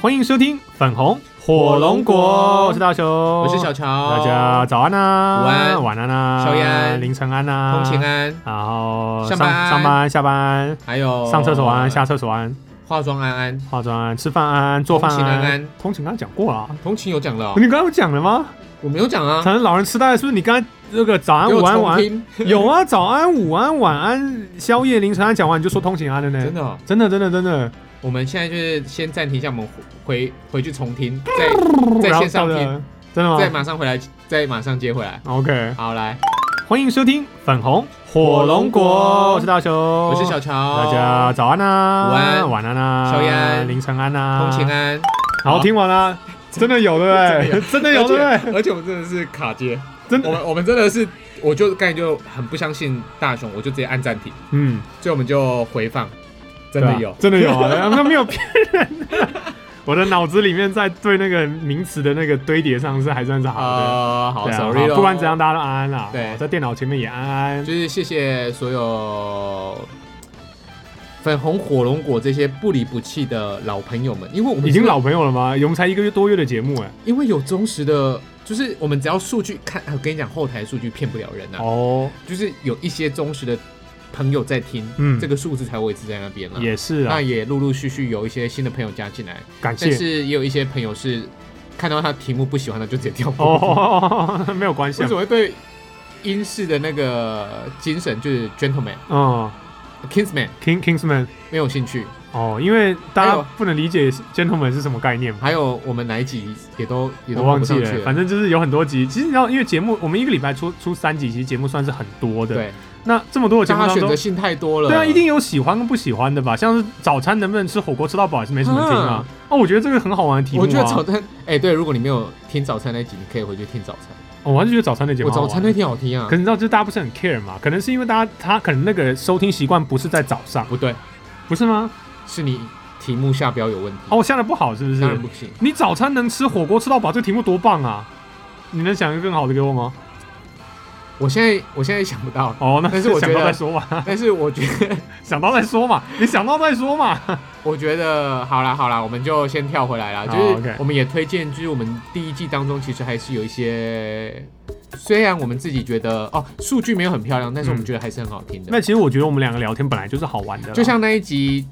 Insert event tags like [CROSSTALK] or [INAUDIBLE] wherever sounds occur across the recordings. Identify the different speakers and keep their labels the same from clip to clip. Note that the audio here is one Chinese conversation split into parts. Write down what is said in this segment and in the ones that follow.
Speaker 1: 欢迎收听粉红火龙果，我是大雄，我
Speaker 2: 我是小，乔，
Speaker 1: 大家早安啊，
Speaker 2: 午安
Speaker 1: 晚安啊，
Speaker 2: 宵夜安
Speaker 1: 凌晨安啊，
Speaker 2: 通勤，安，
Speaker 1: 然后
Speaker 2: 上班哦
Speaker 1: 上班、下班、
Speaker 2: 还有
Speaker 1: 上厕所安、下厕所安、
Speaker 2: 化妆安安，
Speaker 1: 化妆安、吃饭安、做饭啊
Speaker 2: 通勤安安，
Speaker 1: 通勤安讲过了啊，
Speaker 2: 通勤有讲了哦，
Speaker 1: 你刚刚有讲了吗？
Speaker 2: 我没有讲啊，
Speaker 1: 可能老人痴呆是不是？你刚才那个早安、
Speaker 2: 给我
Speaker 1: 午安、晚安，
Speaker 2: 重听，
Speaker 1: 啊 [LAUGHS]
Speaker 2: [LAUGHS]
Speaker 1: 有啊，早安、午安、晚安、宵夜、凌晨安讲完你就说通勤安啊了呢，
Speaker 2: 真的哦，
Speaker 1: 真的真的真的，
Speaker 2: 我们现在就是先暂停一下，我们回回去重听，再在线上听
Speaker 1: 然后真的吗？
Speaker 2: 再马上回来，再马上接回来。
Speaker 1: OK，
Speaker 2: 好，来，
Speaker 1: 欢迎收听粉红
Speaker 2: 火龙果
Speaker 1: 我是大雄，我
Speaker 2: 我是小乔，
Speaker 1: 哦大家早安啊，
Speaker 2: 午安
Speaker 1: 晚安啊，
Speaker 2: 宵夜安
Speaker 1: 凌晨安啊，
Speaker 2: 通勤。安，
Speaker 1: 好，听完
Speaker 2: [LAUGHS]
Speaker 1: 啦，真的有对不对？真的有对不
Speaker 2: 而且
Speaker 1: 对？
Speaker 2: 而且我们真的是卡接，
Speaker 1: 真
Speaker 2: 我
Speaker 1: 的，
Speaker 2: 们我们真的是，我就刚才就很不相信大雄，我就直接按暂停，
Speaker 1: [LAUGHS] 嗯，
Speaker 2: 所以我们就回放，真
Speaker 1: 对
Speaker 2: 的
Speaker 1: 啊
Speaker 2: 有，
Speaker 1: 真的有啊， [LAUGHS] 那没有骗人的。我的脑子里面在对那个名词的那个堆叠上是还算是好的。
Speaker 2: 啊，好
Speaker 1: 对啊
Speaker 2: ，sorry
Speaker 1: 好
Speaker 2: 咯
Speaker 1: 不管怎样，大家都安安啦。
Speaker 2: 对
Speaker 1: 哦在电脑前面也安安
Speaker 2: 就。是谢谢所有粉红火龙果这些不离不弃的老朋友们，因为我们
Speaker 1: 已经，老朋友了吗？我们才一个月多月的节目哎。
Speaker 2: 因为有忠实的，就是我们只要数据看，啊我跟你讲，后台数据骗不了人啊，
Speaker 1: 哦，
Speaker 2: 就是有一些忠实的朋友在听，
Speaker 1: 嗯
Speaker 2: 这个数字才维持在那边了。
Speaker 1: 也是啊
Speaker 2: 那，也陆陆续续有一些新的朋友加进来，
Speaker 1: 感
Speaker 2: 但
Speaker 1: 谢。
Speaker 2: 是也有一些朋友是看到他题目不喜欢的就直接跳过。
Speaker 1: 哦， [LAUGHS] 没有关系
Speaker 2: 为
Speaker 1: 啊
Speaker 2: 什。么会对英式的那个精神就是 gentleman
Speaker 1: 嗯
Speaker 2: kinsman
Speaker 1: ，King Kingsman。
Speaker 2: 没有兴趣？
Speaker 1: 哦，因为大
Speaker 2: 还
Speaker 1: 家
Speaker 2: 有
Speaker 1: 不能理解 gentleman 是什么概念嘛，
Speaker 2: 还有我们哪一集也都也都
Speaker 1: 我忘记
Speaker 2: 放不上去
Speaker 1: 了，反正就是有很多集。其实你知道，因为节目我们一个礼拜出出三集，其实节目算是很多的。，
Speaker 2: 对，
Speaker 1: 那这么多的节
Speaker 2: 但
Speaker 1: 目
Speaker 2: 他
Speaker 1: 当
Speaker 2: 选择
Speaker 1: 中，
Speaker 2: 性太多了。
Speaker 1: 对啊，一定有喜欢跟不喜欢的吧？像是早餐能不能吃火锅吃到饱，也是没什么人听啊。哦，我觉得这个很好玩的题目、啊。
Speaker 2: 我觉得早餐， [LAUGHS] 哎、对，如果你没有听早餐那集，你可以回去听早餐。
Speaker 1: 哦我还是觉得早餐的节目
Speaker 2: 我
Speaker 1: 好玩
Speaker 2: 早餐那天好听啊
Speaker 1: 可，是你知道，就是大家不是很 care 嘛？可能是因为大家他可能那个收听习惯不是在早上，
Speaker 2: 不对，
Speaker 1: 不是吗？
Speaker 2: 是你题目下标有问题。
Speaker 1: 哦，我下的不好是不
Speaker 2: 当
Speaker 1: 是？
Speaker 2: 然不行，
Speaker 1: 你早餐能吃火锅吃到饱，这个题目多棒啊！你能想一个更好的给我吗？
Speaker 2: 我现在我现在想不到， [LAUGHS]
Speaker 1: 哦，那
Speaker 2: 但是我
Speaker 1: 想
Speaker 2: 觉
Speaker 1: 到
Speaker 2: 得
Speaker 1: 再说吧，
Speaker 2: 但是我觉得
Speaker 1: 想到再说嘛，你想到再说嘛。
Speaker 2: 我觉得好啦好啦，我们就先跳回来啦。
Speaker 1: 好
Speaker 2: 就是
Speaker 1: 哦 OK
Speaker 2: 我们也推荐，就是我们第一季当中其实还是有一些，虽然我们自己觉得哦数据没有很漂亮，但是我们
Speaker 1: 嗯
Speaker 2: 觉得还是很好听的。
Speaker 1: 那其实我觉得我们两个聊天本来就是好玩的啦，
Speaker 2: 就像那一集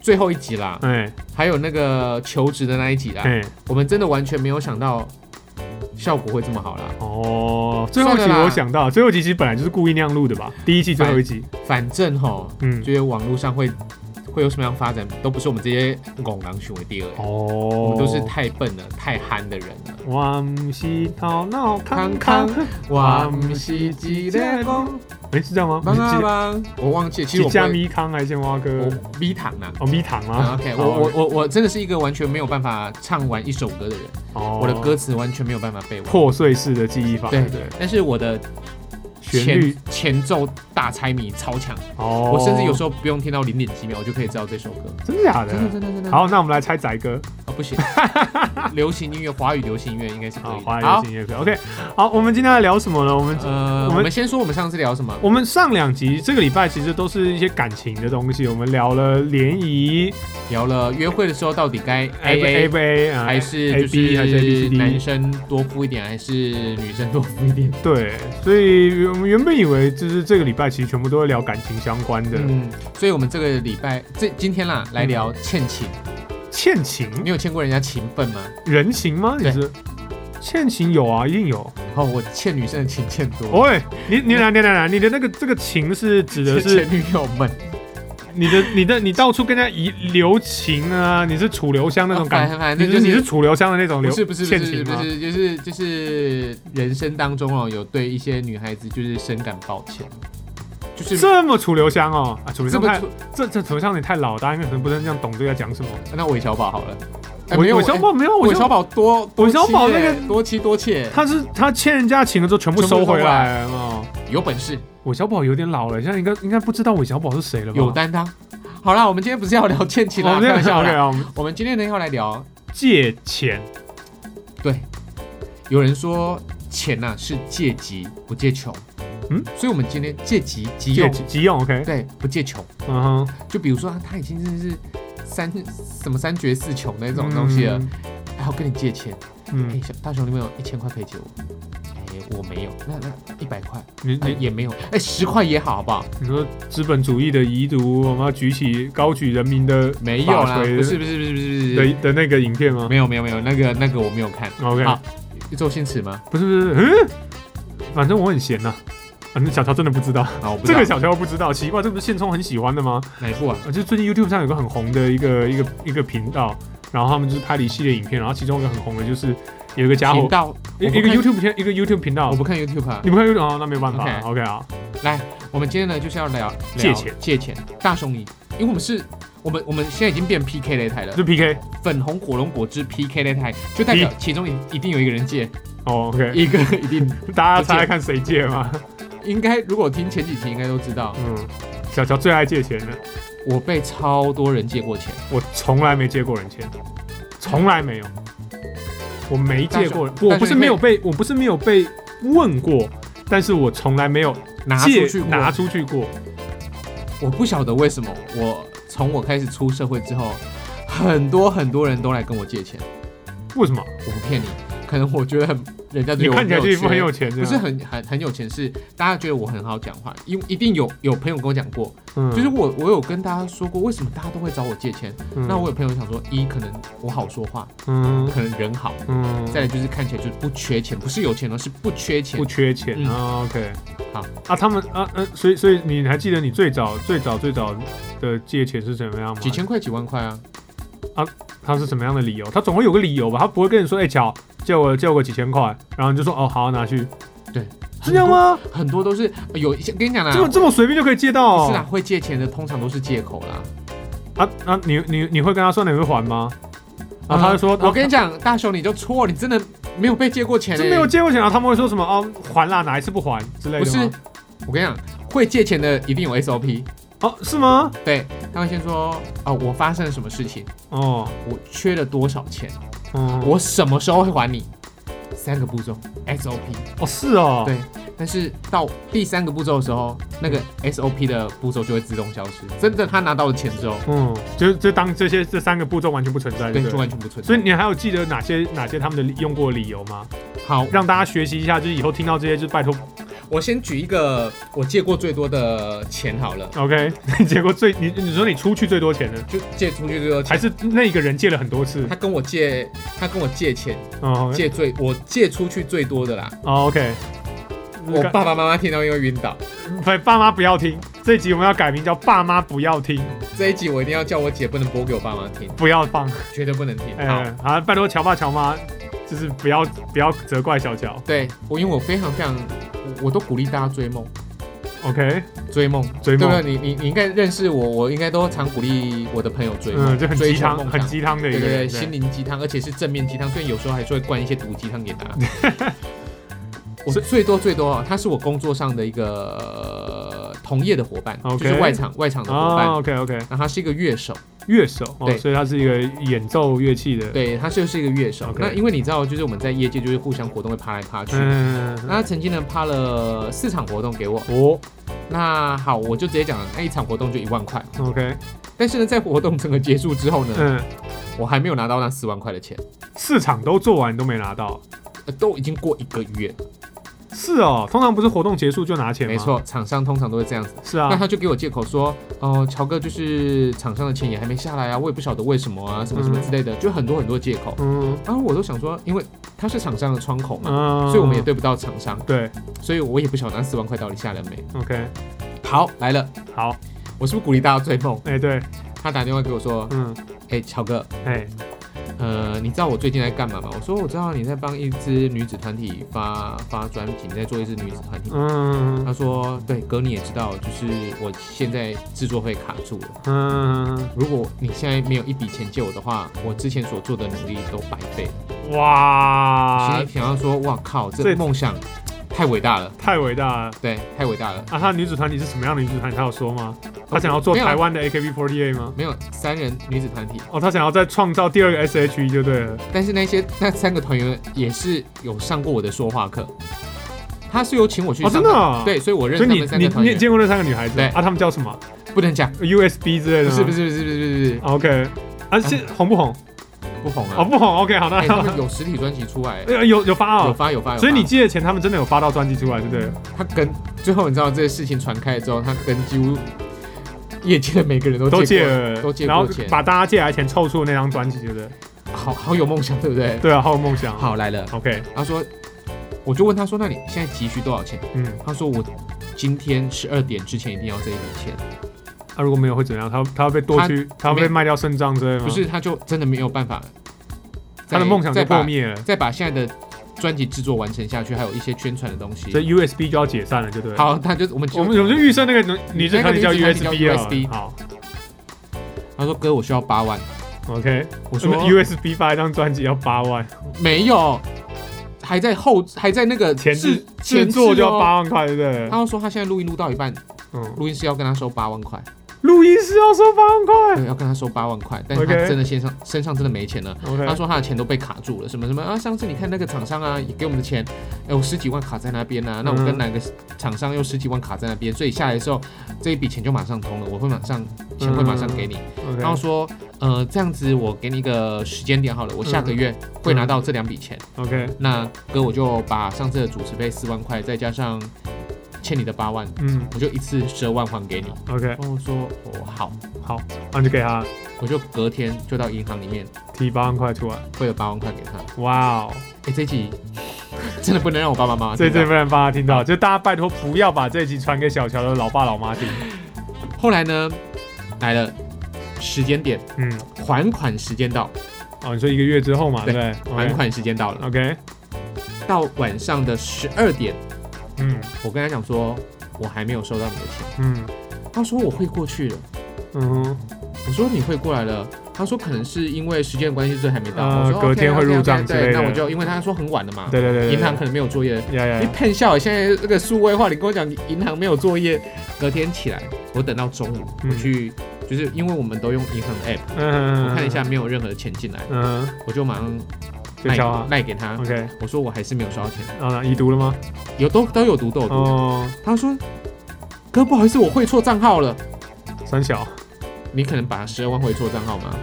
Speaker 2: 最后一集啦，
Speaker 1: 哎
Speaker 2: 还有那个求职的那一集啦，
Speaker 1: 哎
Speaker 2: 我们真的完全没有想到效果会这么好啦。
Speaker 1: 哦，最后一集
Speaker 2: 算了啦
Speaker 1: 我想到，最后一集其实本来就是故意那样录的吧，第一季最后一集，
Speaker 2: 反正吼，
Speaker 1: 嗯，
Speaker 2: 觉得网络上会会有什么样发展，都不是我们这些拱狼选为第二，我
Speaker 1: 哦
Speaker 2: 们都是太笨了、太憨的人了。
Speaker 1: 我唔是头脑康康
Speaker 2: 康，
Speaker 1: 我
Speaker 2: 哇，
Speaker 1: 不
Speaker 2: 不
Speaker 1: 是
Speaker 2: 是
Speaker 1: 一
Speaker 2: 鸡
Speaker 1: 个
Speaker 2: 蛋
Speaker 1: 公哎是这样吗？
Speaker 2: 帮帮
Speaker 1: 是
Speaker 2: 帮！我忘记了，其实
Speaker 1: 几
Speaker 2: 我
Speaker 1: 加
Speaker 2: 不会
Speaker 1: 咪康还是鲜花哥？
Speaker 2: 我咪糖啊。
Speaker 1: 哦，咪糖
Speaker 2: 啊
Speaker 1: 吗
Speaker 2: OK，
Speaker 1: 好
Speaker 2: 我我我我真的是一个完全没有办法唱完一首歌的人，
Speaker 1: 哦
Speaker 2: 我的歌词完全没有办法背完。
Speaker 1: 破碎式的记忆法，
Speaker 2: 对
Speaker 1: 对，
Speaker 2: 但是我的
Speaker 1: 旋律
Speaker 2: 前前奏大猜谜超强，
Speaker 1: 哦，
Speaker 2: 我甚至有时候不用听到零点几秒，我就可以知道这首歌。
Speaker 1: 候真的假的
Speaker 2: 真？的真的真的。
Speaker 1: 好，那我们来猜仔歌。
Speaker 2: 哦，不行， [LAUGHS] 流行音乐，华语流行音乐应该是可
Speaker 1: 啊，
Speaker 2: 以
Speaker 1: 华
Speaker 2: 的。
Speaker 1: 语流
Speaker 2: 好
Speaker 1: 行，乐 OK，好，我们今天来聊什么呢？我们、
Speaker 2: 呃，
Speaker 1: 我们
Speaker 2: 我们先说我们上次聊什么。
Speaker 1: 我们上两集这个礼拜其实都是一些感情的东西，我们聊了联谊
Speaker 2: 聊了约会的时候到底该
Speaker 1: A
Speaker 2: A
Speaker 1: A
Speaker 2: A
Speaker 1: B A 啊，
Speaker 2: 还是
Speaker 1: A
Speaker 2: 就
Speaker 1: B 还是 A B C
Speaker 2: 是男
Speaker 1: D
Speaker 2: 生多付一点还是女生多付一点？
Speaker 1: 对，所以我们原本以为就是这个礼拜其实全部都会聊感情相关的、
Speaker 2: 嗯，所以我们这个礼拜这今天啦来聊欠情，
Speaker 1: 嗯欠情、
Speaker 2: 你有欠过人家情分吗？
Speaker 1: 人情吗？你
Speaker 2: 对
Speaker 1: 是欠情有啊，一定有。
Speaker 2: 哦，我欠女生的情欠多，
Speaker 1: 喂，你你来你来来，你的那个这个情是指的
Speaker 2: 欠
Speaker 1: 是
Speaker 2: 前女友们
Speaker 1: 你的你的你到处跟人家遗留情啊，你是楚留香那种感
Speaker 2: 啊反反
Speaker 1: 你是
Speaker 2: 正就是
Speaker 1: 你是楚留香的那种
Speaker 2: 不
Speaker 1: 留
Speaker 2: 是不是
Speaker 1: 欠
Speaker 2: 不是
Speaker 1: 情
Speaker 2: 不
Speaker 1: 吗？
Speaker 2: 是就是就是人生当中哦有对一些女孩子就是深感抱歉，就是
Speaker 1: 这么楚留香哦，啊，楚留
Speaker 2: 这
Speaker 1: 香
Speaker 2: 么
Speaker 1: 太
Speaker 2: 出
Speaker 1: 这这楚留香也太老，大家应该可能不能这样懂这个在讲什么。
Speaker 2: 那韦小宝好了，哎
Speaker 1: 韦
Speaker 2: 没有
Speaker 1: 韦小宝没有，
Speaker 2: 哎
Speaker 1: 韦
Speaker 2: 韦小
Speaker 1: 小
Speaker 2: 宝多多
Speaker 1: 韦小宝
Speaker 2: 妻
Speaker 1: 那
Speaker 2: 耶
Speaker 1: 个
Speaker 2: 多妻多妾，
Speaker 1: 他是他欠人家情了之后全部收回来哦。
Speaker 2: 有本事
Speaker 1: 韦小宝有点老了，现在应该应该不知道韦小宝是谁了吧？
Speaker 2: 有担当。好啦，我们今天不是要聊欠情
Speaker 1: 我
Speaker 2: 啦，
Speaker 1: 们
Speaker 2: 开
Speaker 1: 这
Speaker 2: 玩
Speaker 1: 个
Speaker 2: 笑
Speaker 1: 小 [LAUGHS]
Speaker 2: 啦。
Speaker 1: 啊，我们
Speaker 2: 我们今天呢要来聊
Speaker 1: 借钱
Speaker 2: 对，有人说钱呐、是借急不借穷，
Speaker 1: 嗯
Speaker 2: 嗯，所以我们今天借急急
Speaker 1: 借
Speaker 2: 用，
Speaker 1: 急用 OK，
Speaker 2: 对，不借穷。
Speaker 1: 嗯哼，
Speaker 2: 就比如说、啊、他已经真的是三什么三绝四穷那种东西了，然后跟你借钱，哎、
Speaker 1: 嗯嗯，嗯，
Speaker 2: 小大雄，你有没有一千块可以借我？哎、我没有，那那一百块，
Speaker 1: 你
Speaker 2: 哎、
Speaker 1: 你
Speaker 2: 也没有，哎、十块也好，好不好？
Speaker 1: 你说资本主义的遗毒，我们要举起高举人民的
Speaker 2: 没有啦，
Speaker 1: 法锤
Speaker 2: 不是不是不是不是不
Speaker 1: 的
Speaker 2: 是，
Speaker 1: 的那个影片吗
Speaker 2: 没有没有没有，那个那个我没有看。
Speaker 1: ？OK，
Speaker 2: 好周星驰吗？
Speaker 1: 不是不是，嗯，反正我很闲呐、啊反正小乔真的不知道，
Speaker 2: 啊，我不知
Speaker 1: 这
Speaker 2: 道
Speaker 1: 个小乔不知道，奇怪，这不是宪聪很喜欢的吗？
Speaker 2: 哪一部啊？
Speaker 1: 啊，就最近 YouTube 上有个很红的一个一个一个频道，然后他们就是拍了一系列影片，然后其中一个很红的就是有一个家伙
Speaker 2: 频，道
Speaker 1: 一
Speaker 2: 我
Speaker 1: 一个
Speaker 2: 不看
Speaker 1: YouTube 片，一个 YouTube 频道
Speaker 2: 我，不看 YouTube 啊
Speaker 1: 你。不看 YouTube 哦，那没有办法
Speaker 2: OK
Speaker 1: ，OK 啊，
Speaker 2: 来，我们今天呢就是要聊
Speaker 1: 借
Speaker 2: 聊
Speaker 1: 钱
Speaker 2: 借钱。大雄你，因为我们是，我们我们现在已经变 PK 擂台了
Speaker 1: 就，PK
Speaker 2: 粉红火龙果汁 PK 擂台，就代表其中一一定有一个人借，
Speaker 1: 哦，OK，
Speaker 2: 一个 [LAUGHS] 一定
Speaker 1: 大家猜猜看谁借嘛？
Speaker 2: 应该，如果听前几集应该都知道，
Speaker 1: 嗯，小乔最爱借钱了，
Speaker 2: 我被超多人借过钱。
Speaker 1: 我从来没借过人钱，从来没有，我没借过人，
Speaker 2: 但是
Speaker 1: 我不是没有被，我不是没有被问过，但是我从来没有
Speaker 2: 拿出
Speaker 1: 借
Speaker 2: 去过
Speaker 1: 拿出去过，
Speaker 2: 我不晓得为什么，我从我开始出社会之后，很多很多人都来跟我借钱。
Speaker 1: 为什么？
Speaker 2: 我不骗你，可能我觉得很人家
Speaker 1: 你
Speaker 2: 对我
Speaker 1: 看起来就一副很有
Speaker 2: 有
Speaker 1: 钱，啊
Speaker 2: 不是，很很很有钱，是大家觉得我很好讲话，因一定有有朋友跟我讲过，
Speaker 1: 嗯
Speaker 2: 就是我我有跟大家说过，为什么大家都会找我借钱？
Speaker 1: 嗯
Speaker 2: 那我有朋友想说，一可能我好说话，
Speaker 1: 嗯
Speaker 2: 可能人好，
Speaker 1: 嗯，
Speaker 2: 再来就是看起来就是不缺钱，不是有钱哦，是不缺钱
Speaker 1: 不。缺钱
Speaker 2: 嗯
Speaker 1: 啊，OK，
Speaker 2: 好
Speaker 1: 啊，他们啊嗯，所以所以你还记得你最早最早最早的借钱是怎么样吗？
Speaker 2: 几千块、几万块啊，
Speaker 1: 他是什么样的理由？他总会有个理由吧？他不会跟你说，哎、巧，借我借我个几千块，然后你就说，哦，好，拿去。
Speaker 2: 对，
Speaker 1: 是这样吗？
Speaker 2: 很多都是呃有一些，跟你讲啦，
Speaker 1: 这么这么随便就可以借到、
Speaker 2: 不是啦，啊
Speaker 1: 哦？
Speaker 2: 会借钱的通常都是借口啦。
Speaker 1: 啊啊，你你你会跟他说你会还吗？然后他就说，哦
Speaker 2: 嗯我跟你
Speaker 1: 你。
Speaker 2: 讲，大雄你就错，你真的没有被借过钱、欸，
Speaker 1: 这没有借过钱啊！他们会说什么哦，还啦，哪一次不还之类的
Speaker 2: 不是
Speaker 1: 吗？，
Speaker 2: 我跟你讲，会借钱的一定有 SOP，
Speaker 1: 哦，是吗？
Speaker 2: 对，他会先说啊、我发生了什么事情，
Speaker 1: 哦，
Speaker 2: 我缺了多少钱，
Speaker 1: 嗯，
Speaker 2: 我什么时候会还你，三个步骤 SOP，
Speaker 1: 哦是哦，
Speaker 2: 对但是到第三个步骤的时候，那个 SOP 的步骤就会自动消失，真的他拿到了钱之后，
Speaker 1: 嗯，就就当这些这三个步骤完全不存在，对
Speaker 2: 对，
Speaker 1: 不
Speaker 2: 就
Speaker 1: 对？
Speaker 2: 完全不存在。
Speaker 1: 所以你还有记得哪些哪些他们的理用过的理由吗？
Speaker 2: 好，
Speaker 1: 让大家学习一下，就是以后听到这些就拜托
Speaker 2: 我先举一个我借过最多的钱好了，
Speaker 1: OK，结 [LAUGHS] 果最你你说你出去最多钱的，
Speaker 2: 就借出去最多钱。
Speaker 1: 还是那个人借了很多次
Speaker 2: 他？跟我借，他跟我借钱，
Speaker 1: 哦
Speaker 2: 借最我借出去最多的啦。
Speaker 1: 哦，OK，
Speaker 2: 我爸爸妈妈听到又晕倒。
Speaker 1: 对爸妈不要听这一集，我们要改名叫“爸妈不要听，
Speaker 2: 这一集我一定要叫我姐不能播给我爸妈听，
Speaker 1: 不要放
Speaker 2: 绝对不能听”。
Speaker 1: 哎。
Speaker 2: 好，
Speaker 1: 好，拜托乔爸乔妈，就是不要不要责怪小乔。
Speaker 2: 对我因为我非常非常，我我都鼓励大家追梦，
Speaker 1: OK，
Speaker 2: 追梦，
Speaker 1: 追
Speaker 2: 对不
Speaker 1: 梦
Speaker 2: 对？你你你应该认识我，我应该都常鼓励我的朋友追梦，
Speaker 1: 嗯，就很
Speaker 2: 追
Speaker 1: 鸡
Speaker 2: 求
Speaker 1: 汤，
Speaker 2: 梦
Speaker 1: 很
Speaker 2: 想。
Speaker 1: 鸡汤的一
Speaker 2: 对
Speaker 1: 个
Speaker 2: 对对，
Speaker 1: 人。
Speaker 2: 心灵鸡汤，而且是正面鸡汤，所以有时候还是会灌一些毒鸡汤给大家。
Speaker 1: [LAUGHS]
Speaker 2: 我最多最多啊，他是我工作上的一个呃同业的伙伴
Speaker 1: OK
Speaker 2: 就是外场外场的伙伴。
Speaker 1: 哦，OK OK，
Speaker 2: 然后他是一个乐手，
Speaker 1: 乐手哦，
Speaker 2: 对
Speaker 1: 所以他是一个演奏乐器的。
Speaker 2: 对他就是一个乐手。
Speaker 1: OK
Speaker 2: 那因为你知道，就是我们在业界就是互相活动会趴来趴去，
Speaker 1: 嗯，
Speaker 2: 那他曾经呢趴了四场活动给我，
Speaker 1: 哦
Speaker 2: 那好，我就直接讲那一场活动就一万块，
Speaker 1: ，OK，
Speaker 2: 但是呢，在活动整个结束之后呢，
Speaker 1: 嗯，
Speaker 2: 我还没有拿到那四万块的钱，
Speaker 1: 市场都做完你都没拿到，
Speaker 2: 呃都已经过一个月，
Speaker 1: 是哦，通常不是活动结束就拿钱吗？
Speaker 2: 没，错，厂商通常都会这样子。
Speaker 1: 是
Speaker 2: 那
Speaker 1: 啊，
Speaker 2: 他就给我借口说，哦、乔哥就是厂商的钱也还没下来啊，我也不晓得为什么啊，什么什么之类的，就很多很多借口。
Speaker 1: 嗯
Speaker 2: 然后我都想说，因为他是厂商的窗口嘛，
Speaker 1: 嗯，
Speaker 2: 所以我们也对不到厂商，
Speaker 1: 对
Speaker 2: 所以我也不晓得那四万块到底下了没。
Speaker 1: ，OK，
Speaker 2: 好，来了，
Speaker 1: 好，
Speaker 2: 我是不是鼓励大家追梦？
Speaker 1: 哎、对，
Speaker 2: 他打电话给我说，
Speaker 1: 嗯，
Speaker 2: 哎、乔哥，
Speaker 1: 哎、
Speaker 2: 呃，你知道我最近在干嘛吗？我说我知道你在帮一支女子团体发发专辑，你在做一支女子团体。
Speaker 1: 嗯
Speaker 2: 他说，对哥你也知道，就是我现在制作费卡住了。
Speaker 1: 嗯，
Speaker 2: 如果你现在没有一笔钱借我的话，我之前所做的努力都白费了。
Speaker 1: 哇啊
Speaker 2: 心里，想要说，哇靠，这
Speaker 1: 这
Speaker 2: 梦想太伟大了，
Speaker 1: 太伟大了！
Speaker 2: 对，太伟大了。
Speaker 1: 啊，他的女子团体是什么样的女子团体？他有说吗？他想要做
Speaker 2: 哦没有
Speaker 1: 台湾的 AKB48 吗？
Speaker 2: 没有三人女子团体，
Speaker 1: 哦，他想要再创造第二个 SHE 就对了。
Speaker 2: 但是那些那三个团员也是有上过我的说话课，他是有请我去
Speaker 1: 哦，真
Speaker 2: 上课、
Speaker 1: 的、哦？，
Speaker 2: 对，所以我认
Speaker 1: 所
Speaker 2: 识
Speaker 1: 以
Speaker 2: 他
Speaker 1: 你
Speaker 2: 们三
Speaker 1: 你
Speaker 2: 个团
Speaker 1: 你也
Speaker 2: 员，
Speaker 1: 见过那三个女孩子
Speaker 2: 对
Speaker 1: 啊？他们叫什么
Speaker 2: 不能讲，
Speaker 1: ？USB 之类的
Speaker 2: 不
Speaker 1: 吗？
Speaker 2: 是不是不是不是不是不是，
Speaker 1: ，OK，啊，现红不红？
Speaker 2: 不红
Speaker 1: 哦，
Speaker 2: 啊。
Speaker 1: 不红。OK，好，那
Speaker 2: 哎，他们有实体专辑出来，
Speaker 1: 呃 [LAUGHS] 有有发
Speaker 2: 有
Speaker 1: 哦，
Speaker 2: 发有发有发。
Speaker 1: 所以你借的钱，他们真的有发到专辑出来，对不对了？
Speaker 2: 他跟最后你知道这个事情传开之后，他跟几乎业界的每个人都
Speaker 1: 都
Speaker 2: 借
Speaker 1: 借
Speaker 2: 过
Speaker 1: 了，
Speaker 2: 都借
Speaker 1: 然后
Speaker 2: 过钱，
Speaker 1: 把大家借来的钱凑出那张专辑，对不对？
Speaker 2: 好好有梦想，对不对？
Speaker 1: 对啊，好有梦想。
Speaker 2: 好来了，
Speaker 1: ，OK，
Speaker 2: 他说，我就问他说，那你现在急需多少钱？
Speaker 1: 嗯，
Speaker 2: 他说我今天十二点之前一定要这一笔钱，
Speaker 1: 他如果没有会怎样？他他会被
Speaker 2: 他
Speaker 1: 剁去，他会
Speaker 2: 没
Speaker 1: 被卖掉肾脏之类的吗？
Speaker 2: 不，是他就真的没有办法，
Speaker 1: 他的梦想
Speaker 2: 再
Speaker 1: 就
Speaker 2: 把
Speaker 1: 破灭了，
Speaker 2: 再把现在的专辑制作完成下去，还有一些宣传的东西
Speaker 1: 所。以 USB 就要解散了，对不对？，
Speaker 2: 嗯好，他就我们
Speaker 1: 我们我们就预设那个女生团体叫
Speaker 2: 那个女子团
Speaker 1: USB
Speaker 2: 体叫
Speaker 1: 啊。
Speaker 2: USB
Speaker 1: 好
Speaker 2: 他说哥，我需要八万。
Speaker 1: ，OK，
Speaker 2: 我
Speaker 1: 什么
Speaker 2: 说
Speaker 1: USB 发一张专辑要八万，
Speaker 2: 没有，还在后还在那个
Speaker 1: 前
Speaker 2: 制
Speaker 1: 制制作就要。
Speaker 2: 前置哦
Speaker 1: 八万块，对不对？
Speaker 2: 他说他现在录音录到一半，
Speaker 1: 嗯，
Speaker 2: 录音师要跟他收八万块，
Speaker 1: 录音师要收八万块。
Speaker 2: 对，要跟他收八万块，但是他
Speaker 1: 哎 OK 哎
Speaker 2: 真的身上身上真的没钱了。他
Speaker 1: OK，
Speaker 2: 说他的钱都被卡住了，什么什么啊！上次你看那个厂商啊，也给我们的钱，哎，我十几万卡在那边啊，那我跟
Speaker 1: 嗯
Speaker 2: 哪个厂商又十几万卡在那边，所以下来的时候，这一笔钱就马上通了，我会马上钱会马上给你。
Speaker 1: 嗯
Speaker 2: 然后
Speaker 1: OK
Speaker 2: 说，呃，这样子我给你一个时间点好了，我下个月
Speaker 1: 嗯
Speaker 2: 会拿到这两笔钱。
Speaker 1: OK，
Speaker 2: 那哥我就把上次的主持费四万块，再加上欠你的八万，
Speaker 1: 嗯
Speaker 2: 我就一次十二万还给你。
Speaker 1: ，OK，
Speaker 2: 然后我说哦好，
Speaker 1: 好，那你就给他
Speaker 2: 我就隔天就到银行里面
Speaker 1: 提八万块出来。
Speaker 2: 汇了八万块给他。
Speaker 1: 哇哦，
Speaker 2: 哎、这一集真的不能让我爸爸妈妈
Speaker 1: 这
Speaker 2: 知道
Speaker 1: 这。不能帮他听到，就大家拜托不要把这一集传给小乔的老爸老妈听。
Speaker 2: 后来呢，来了时间点，
Speaker 1: 嗯，
Speaker 2: 还款时间到，
Speaker 1: 哦，你说一个月之后嘛，
Speaker 2: 对
Speaker 1: 对不对？哦
Speaker 2: 还款时间到了，
Speaker 1: OK，
Speaker 2: 到晚上的十二点，
Speaker 1: 嗯
Speaker 2: 我跟他讲说，我还没有收到你的钱。
Speaker 1: 嗯
Speaker 2: 他说我汇过去了，
Speaker 1: 嗯哼，
Speaker 2: 我说你汇过来了。他说可能是因为时间的关系，所以还没到。
Speaker 1: 呃
Speaker 2: 我说
Speaker 1: 隔天
Speaker 2: OK，OK，OK，
Speaker 1: 会入账
Speaker 2: 对
Speaker 1: 之类的
Speaker 2: 那我就因为他说很晚了嘛，
Speaker 1: 对对对对，
Speaker 2: 哦银行可能没有作业，
Speaker 1: 呀呀
Speaker 2: 你
Speaker 1: 呀，
Speaker 2: 骗笑，现在这个数位化，你跟我讲银行没有作业，隔天起来，我等到中午，
Speaker 1: 嗯
Speaker 2: 我去，就是因为我们都用银行的 app，
Speaker 1: 嗯
Speaker 2: 我看一下，没哎有任何钱进来，
Speaker 1: 嗯，
Speaker 2: 我就马上
Speaker 1: 就
Speaker 2: 赖
Speaker 1: 敲啊
Speaker 2: 赖给他，
Speaker 1: OK，
Speaker 2: 我说我还是没有收到钱，
Speaker 1: 啊，已读了吗？
Speaker 2: 有都都有读都有读，
Speaker 1: 哦，
Speaker 2: 他说哥不好意思，我汇错账号了，
Speaker 1: 三小，
Speaker 2: 你可能把十二万汇错账号吗？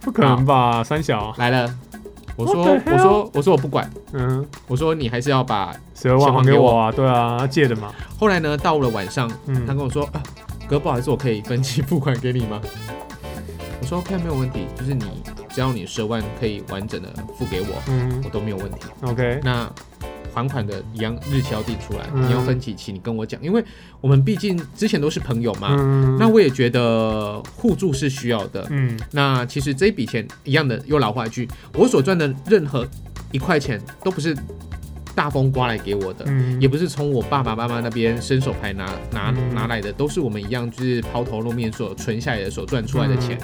Speaker 1: 不可能
Speaker 2: 啊
Speaker 1: 吧？三小，啊
Speaker 2: 来了，我说
Speaker 1: What the
Speaker 2: 我
Speaker 1: hell？
Speaker 2: 说我说我不管，
Speaker 1: 嗯，
Speaker 2: 我说你还是要把，
Speaker 1: 十二万还给我啊，对啊，他借的嘛，
Speaker 2: 后来呢到了晚上，他
Speaker 1: 嗯
Speaker 2: 跟我说：“啊，哥，不好意思，我可以分期付款给你吗？”我说：“OK，没有问题，就是你只要你十万可以完整的付给我，
Speaker 1: 嗯
Speaker 2: 我都没有问题。
Speaker 1: ，OK，
Speaker 2: 那还款的一样日期要定出来，
Speaker 1: 嗯
Speaker 2: 你要分几期，你跟我讲，因为我们毕竟之前都是朋友嘛。
Speaker 1: 嗯，
Speaker 2: 那我也觉得互助是需要的。
Speaker 1: 嗯
Speaker 2: 那其实这一笔钱一样的，又老话一句，我所赚的任何一块钱都不是大风刮来给我的，
Speaker 1: 嗯
Speaker 2: 呃也不是从我爸爸妈妈那边伸手牌拿拿
Speaker 1: 嗯
Speaker 2: 拿来的，都是我们一样就是抛头露面所存下来的所赚出来的钱。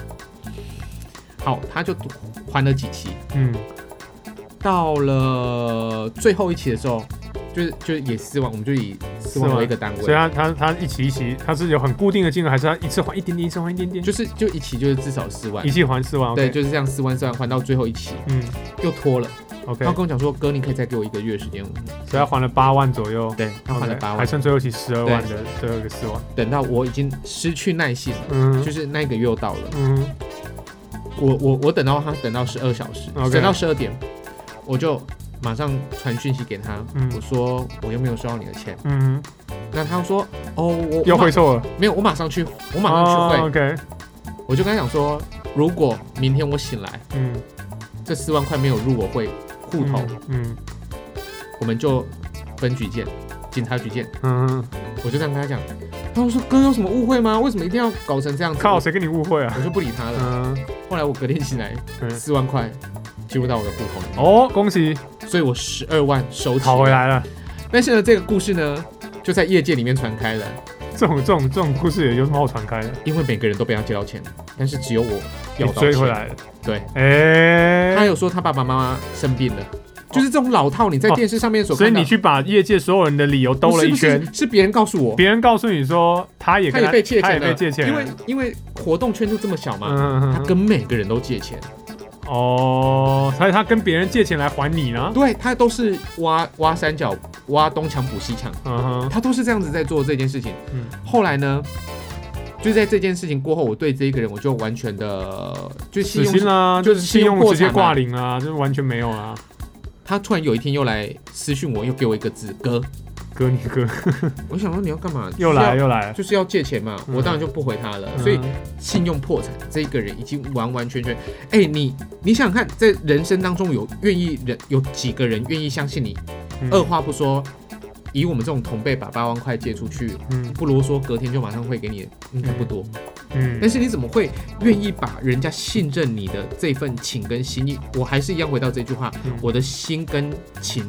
Speaker 2: 好，他就还了几期，
Speaker 1: 嗯
Speaker 2: 到了最后一期的时候，就是就是也四万，我们就以四
Speaker 1: 四
Speaker 2: 万
Speaker 1: 万
Speaker 2: 为一个单
Speaker 1: 所以
Speaker 2: 位，
Speaker 1: 他他他一期一期，他是有很固定的金额，还是他一次还一点点，一次还一点点，
Speaker 2: 就是就一期就是至少四万
Speaker 1: 一，期还四万
Speaker 2: 对，
Speaker 1: ，OK，
Speaker 2: 就是这样四万四万还到最后一期
Speaker 1: 嗯
Speaker 2: 又拖了，
Speaker 1: ，OK，
Speaker 2: 他跟我讲说哥，你可以再给我一个月时间，
Speaker 1: 所以他还了八万左右。
Speaker 2: 对，他还了
Speaker 1: OK，
Speaker 2: 八
Speaker 1: 还
Speaker 2: 万，
Speaker 1: 剩最后一期十二万的最后一个四万，
Speaker 2: 等到我已经失去耐性了，
Speaker 1: 嗯
Speaker 2: 就是那一个月又到了。
Speaker 1: 嗯
Speaker 2: 我我我等到他等到十二小时
Speaker 1: OK
Speaker 2: 等到十二点，我就马上传讯息给他，
Speaker 1: 嗯
Speaker 2: 我说我又没有收到你的钱。
Speaker 1: 嗯，
Speaker 2: 那他说哦，我
Speaker 1: 又
Speaker 2: 我马
Speaker 1: 会错了，
Speaker 2: 没有，我马上去，我马上去汇。
Speaker 1: 哦 OK，
Speaker 2: 我就跟他讲说，如果明天我醒来，
Speaker 1: 嗯，
Speaker 2: 这四万块没有入我会户头，
Speaker 1: 嗯，
Speaker 2: 我们就分局见，警察局见。
Speaker 1: 嗯嗯，
Speaker 2: 我就这样跟他讲，他说哥有什么误会吗？为什么一定要搞成这样子？
Speaker 1: 靠，谁跟你误会啊？
Speaker 2: 我就不理他了。
Speaker 1: 嗯，
Speaker 2: 后来我隔天醒来，
Speaker 1: 嗯
Speaker 2: 四万块进入到我的户头里面，
Speaker 1: 哦，恭喜
Speaker 2: 所以我十二万收起
Speaker 1: 讨回来了。
Speaker 2: 但是呢，这个故事呢，就在业界里面传开了，
Speaker 1: 这种这种这种故事也有什么好传开的？
Speaker 2: 因为每个人都被他借到钱，但是只有我要
Speaker 1: 你
Speaker 2: 到钱
Speaker 1: 追回。来了，
Speaker 2: 对，他
Speaker 1: 哎，
Speaker 2: 有说他爸爸妈妈生病了，就是这种老套，你在电视上面所
Speaker 1: 哦所以
Speaker 2: 看到，
Speaker 1: 你去把业界所有人的理由兜
Speaker 2: 不
Speaker 1: 了
Speaker 2: 是
Speaker 1: 一
Speaker 2: 不是
Speaker 1: 圈，
Speaker 2: 是别人告诉我，
Speaker 1: 别人告诉你说他也
Speaker 2: 他
Speaker 1: 跟
Speaker 2: 也被借
Speaker 1: 他也
Speaker 2: 钱了，
Speaker 1: 被借钱
Speaker 2: 因
Speaker 1: 了，
Speaker 2: 为因为活动圈就这么小嘛，
Speaker 1: 嗯
Speaker 2: 他
Speaker 1: 嗯
Speaker 2: 跟每个人都借钱，
Speaker 1: 嗯，哦，所以他跟别人借钱来还你呢，
Speaker 2: 对他都是挖挖三角、挖东墙补西墙，
Speaker 1: 嗯哼，
Speaker 2: 他都是这样子在做这件事情。
Speaker 1: 嗯
Speaker 2: 后来呢，就在这件事情过后，我对这一个人我就完全的就
Speaker 1: 死
Speaker 2: 信用
Speaker 1: 心啦、
Speaker 2: 就是
Speaker 1: 信
Speaker 2: 信用
Speaker 1: 用
Speaker 2: 破
Speaker 1: 直接
Speaker 2: 产
Speaker 1: 挂
Speaker 2: 啊
Speaker 1: 零啊，这完全没有啊，
Speaker 2: 他突然有一天又来私讯我，又给我一个字哥，
Speaker 1: 哥你哥
Speaker 2: 我想说你要干嘛？
Speaker 1: [LAUGHS] 又来又来，
Speaker 2: 就是要借钱嘛，
Speaker 1: 嗯
Speaker 2: 我当然就不回他了。所以
Speaker 1: 嗯
Speaker 2: 信用破产，这个人已经完完全全，哎、你你想想看，在人生当中有愿意人有几个人愿意相信你，
Speaker 1: 嗯
Speaker 2: 二话不说，以我们这种同辈把八万块借出去，
Speaker 1: 嗯
Speaker 2: 不啰嗦，隔天就马上汇给你，应该不多。
Speaker 1: 嗯，
Speaker 2: 但是你怎么会愿意把人家信任你的这份情跟心意？我还是一样回到这句话，
Speaker 1: 嗯
Speaker 2: 我的心跟情，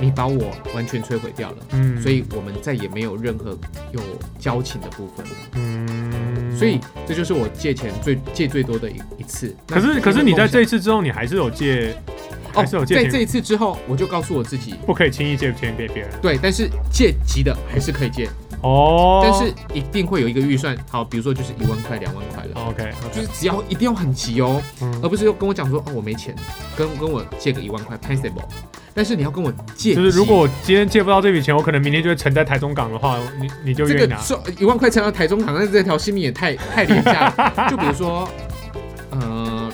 Speaker 2: 你把我完全摧毁掉了。
Speaker 1: 嗯
Speaker 2: 所以我们再也没有任何有交情的部分，
Speaker 1: 嗯，
Speaker 2: 所以这就是我借钱最借最多的一一次。
Speaker 1: 可
Speaker 2: 那
Speaker 1: 是
Speaker 2: 这
Speaker 1: 可是你在
Speaker 2: 梦想
Speaker 1: 这一次之后，你还是有借，还是有
Speaker 2: 啊哦，
Speaker 1: 借
Speaker 2: 在
Speaker 1: 钱，
Speaker 2: 这一次之后，我就告诉我自己，
Speaker 1: 不可以轻易借钱给别人
Speaker 2: 对，但是借急的还是可以借，
Speaker 1: 哦。
Speaker 2: 但是一定会有一个预算，好，比如说就是一万块、两万块了。
Speaker 1: OK，
Speaker 2: 就是只要一定要很急哦，
Speaker 1: 嗯
Speaker 2: 而，不是又跟我讲说哦我没钱，跟跟我借个一万块 p a s s a b l e 但是你要跟我借急，
Speaker 1: 就是如果我今天借不到这笔钱，我可能明天就会沉在台中港的话，你你就
Speaker 2: 这
Speaker 1: 愿意
Speaker 2: 个
Speaker 1: 拿。
Speaker 2: 说一万块钱到台中港，那这条性命也太太廉价了。就比如说，呃，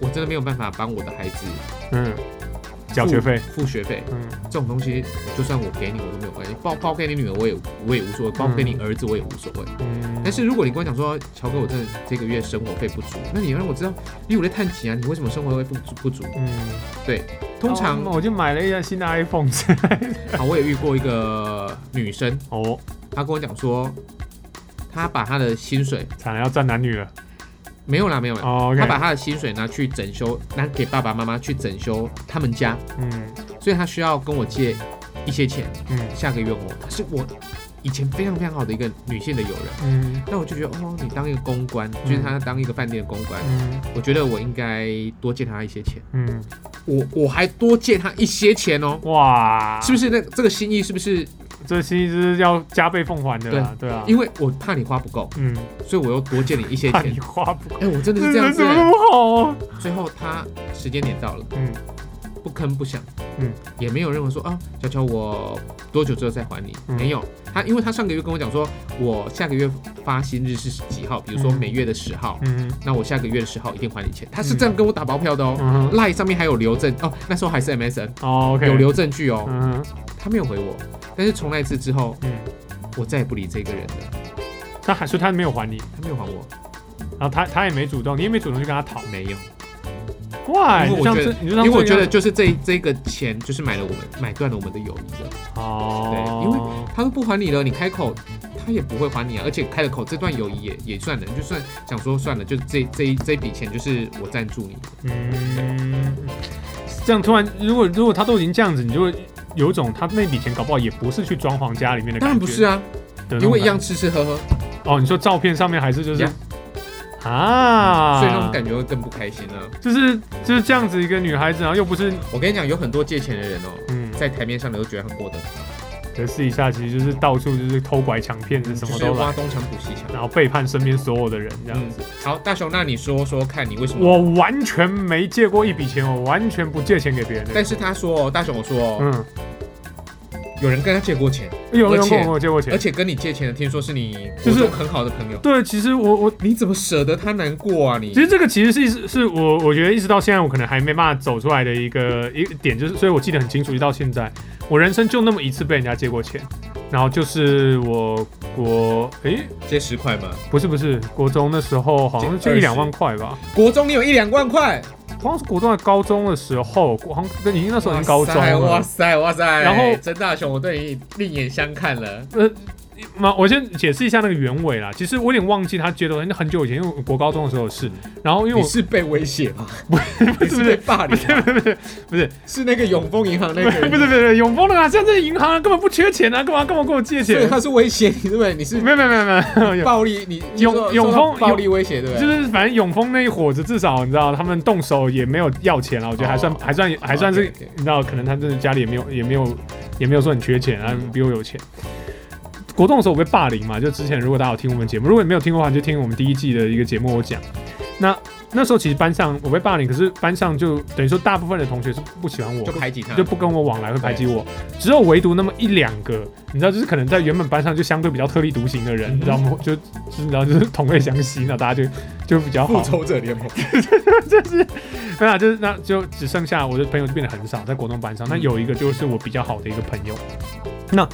Speaker 2: 我真的没有办法帮我的孩子
Speaker 1: 嗯，缴学费，
Speaker 2: 付学费
Speaker 1: 嗯
Speaker 2: 这种东西，就算我给你，我都没有关系。包包给你女儿，我也我也无所谓；包给你儿子，我也无所谓。
Speaker 1: 嗯，
Speaker 2: 但是如果你跟我讲说，乔哥，我真的这个月生活费不足，那你让我知道，因为我在探亲啊，你为什么生活费不足不足？
Speaker 1: 嗯，
Speaker 2: 对，通常
Speaker 1: 哦我就买了一台新的 iPhone [LAUGHS]
Speaker 2: 啊，我也遇过一个女生，
Speaker 1: 哦，
Speaker 2: 她跟我讲说，她把她的薪水
Speaker 1: 惨了要站男女了。
Speaker 2: 没有啦，没有啦，
Speaker 1: 哦，OK，
Speaker 2: 他把他的薪水拿去整修，拿给爸爸妈妈去整修他们家，
Speaker 1: 嗯
Speaker 2: 所以他需要跟我借一些钱，
Speaker 1: 嗯
Speaker 2: 下个月我。可是我以前非常非常好的一个女性的友人，
Speaker 1: 嗯
Speaker 2: 那我就觉得哦，你当一个公关，就是他当一个饭店的公关，
Speaker 1: 嗯
Speaker 2: 我觉得我应该多借他一些钱，
Speaker 1: 嗯，
Speaker 2: 我我还多借他一些钱哦，
Speaker 1: 哇，
Speaker 2: 是不是那？这个心意是不是
Speaker 1: 这心意是要加倍奉还的啦，对啊，
Speaker 2: 因为我怕你花不够，
Speaker 1: 嗯，
Speaker 2: 所以我又多借你一些
Speaker 1: 怕
Speaker 2: 钱
Speaker 1: 你？花不够，
Speaker 2: 哎、我真的
Speaker 1: 这
Speaker 2: 是这样
Speaker 1: 人 [LAUGHS]
Speaker 2: 子
Speaker 1: 怎么
Speaker 2: 欸、
Speaker 1: 那么好哦？
Speaker 2: 最后他时间点到了。
Speaker 1: 嗯
Speaker 2: 不吭不响，
Speaker 1: 嗯，
Speaker 2: 也没有任何说啊，乔乔我多久之后再还你，
Speaker 1: 嗯
Speaker 2: 没有。他因为他上个月跟我讲说，我下个月发薪日是几号，比如说
Speaker 1: 嗯
Speaker 2: 每月的十号，
Speaker 1: 嗯
Speaker 2: 那我下个月的十号一定还你钱。他是这样跟我打包票的哦、
Speaker 1: 嗯哼，
Speaker 2: 赖 l i e 上面还有留证哦，那时候还是 MSN
Speaker 1: 哦，OK，
Speaker 2: 有留证据哦，
Speaker 1: 嗯哼，
Speaker 2: 他没有回我。但是从那一次之后，
Speaker 1: 嗯，
Speaker 2: 我再也不理这个人了，
Speaker 1: 他还说他没有还你，
Speaker 2: 他没有还我，
Speaker 1: 然后他他也没主动，你也没主动去跟他讨
Speaker 2: 没有，
Speaker 1: 哇，
Speaker 2: 因为
Speaker 1: 你
Speaker 2: 我
Speaker 1: 上
Speaker 2: 觉
Speaker 1: 次
Speaker 2: 得
Speaker 1: 你就
Speaker 2: 因
Speaker 1: 上次
Speaker 2: 为我觉得
Speaker 1: 应
Speaker 2: 就是这这个钱就是买了我们买断了我们的友谊了。
Speaker 1: 该哦，
Speaker 2: 对因他都不还你了，你开口他也不会还你啊，而且开了口这段友谊也也算了，就算想说算了，就这这一这笔钱就是我赞助你，
Speaker 1: 嗯，这样突然如果如果他都已经这样子，你就会有种他那笔钱搞不好也不是去装潢家里面的感觉，
Speaker 2: 当然不是啊，
Speaker 1: 的那种感觉，
Speaker 2: 因为一样吃吃喝喝，
Speaker 1: 哦，你说照片上面还是就是
Speaker 2: 呀
Speaker 1: 啊，
Speaker 2: 所以那种感觉会更不开心啊。
Speaker 1: 就是就是这样子一个女孩子，然后又不是
Speaker 2: 我跟你讲，有很多借钱的人哦，
Speaker 1: 嗯，
Speaker 2: 在台面上你都觉得他过得很好，
Speaker 1: 可试一下，其实就是到处就是偷拐抢骗，嗯什
Speaker 2: 就
Speaker 1: 么
Speaker 2: 是
Speaker 1: 都
Speaker 2: 挖
Speaker 1: 来，
Speaker 2: 东墙补西墙。
Speaker 1: 然后背叛身边所有的人这样
Speaker 2: 嗯
Speaker 1: 子。，
Speaker 2: 好，大雄，那你说说看你为什么？
Speaker 1: 我完全没借过一笔钱，我完全不借钱给别人的。
Speaker 2: 但是他说哦，大雄，我说哦，
Speaker 1: 嗯，
Speaker 2: 有人跟他借过钱，
Speaker 1: 有
Speaker 2: 而
Speaker 1: 人
Speaker 2: 且
Speaker 1: 跟我借过
Speaker 2: 而
Speaker 1: 钱，
Speaker 2: 且跟你借钱的，听说是你
Speaker 1: 就是
Speaker 2: 国中很好的朋友，
Speaker 1: 对，其实我我
Speaker 2: 你怎么舍得他难过啊？你
Speaker 1: 其实这个其实是是我我觉得一直到现在我可能还没办法走出来的一个一个点，就是所以我记得很清楚，一直到现在，我人生就那么一次被人家借过钱，然后就是我我诶、
Speaker 2: 借十块吗？
Speaker 1: 不是不是，国中的时候好像就
Speaker 2: 20
Speaker 1: 一两万块吧，
Speaker 2: 国中你有一两万块，
Speaker 1: 好像是国中还高中的时候，好像已经那时候已经高中
Speaker 2: 哇
Speaker 1: 了。
Speaker 2: 塞哇塞！
Speaker 1: 然后
Speaker 2: 曾大雄，我对你另眼相看了。
Speaker 1: 那我先解释一下那个原委啦。其实我有点忘记他接到，很久以前，因为我国高中的时候是。然后因为
Speaker 2: 你
Speaker 1: 我
Speaker 2: 是被威胁
Speaker 1: [LAUGHS]
Speaker 2: 吗？不
Speaker 1: 是
Speaker 2: 你是哎被霸凌吗？
Speaker 1: [LAUGHS] 不是
Speaker 2: 是那个永丰银行那个
Speaker 1: 不是
Speaker 2: 人，
Speaker 1: 不是不是永丰的啦，现在银行根本不缺钱啊，干嘛干嘛跟我借
Speaker 2: [LAUGHS] 所以
Speaker 1: 钱？
Speaker 2: 他是威胁你，对不对？你是
Speaker 1: 没有没有没有没有。
Speaker 2: 暴力，你你
Speaker 1: 永
Speaker 2: 说受
Speaker 1: 永丰
Speaker 2: 到暴力威胁，对不
Speaker 1: 就
Speaker 2: 对？
Speaker 1: 是反正永丰那一伙子，至少你知道他们动手也没有要钱了，我觉得还算、
Speaker 2: 哦
Speaker 1: 还算还算是
Speaker 2: OK，OK
Speaker 1: 你知道，可能他真的家里也没有也没有也没有说很缺钱啊，比我有钱。国中的时候我被霸凌嘛，就之前如果大家有听我们节目，如果你没有听过的话，你就听我们第一季的一个节目我讲。那那时候其实班上我被霸凌，可是班上就等于说大部分的同学是不喜欢我，
Speaker 2: 就排挤他，
Speaker 1: 就不跟我往来，会排挤我。只有唯独那么一两个，你知道，就是可能在原本班上就相对比较特立独行的人，
Speaker 2: 嗯
Speaker 1: 你知道吗？就就是你知道，就是同类相吸，那大家就就比较
Speaker 2: 复
Speaker 1: 好。
Speaker 2: 仇者联盟，
Speaker 1: 对啊，就是那就只剩下我的朋友就变得很少，在国中班上。那
Speaker 2: 嗯
Speaker 1: 有一个就是我比较好的一个朋友，那。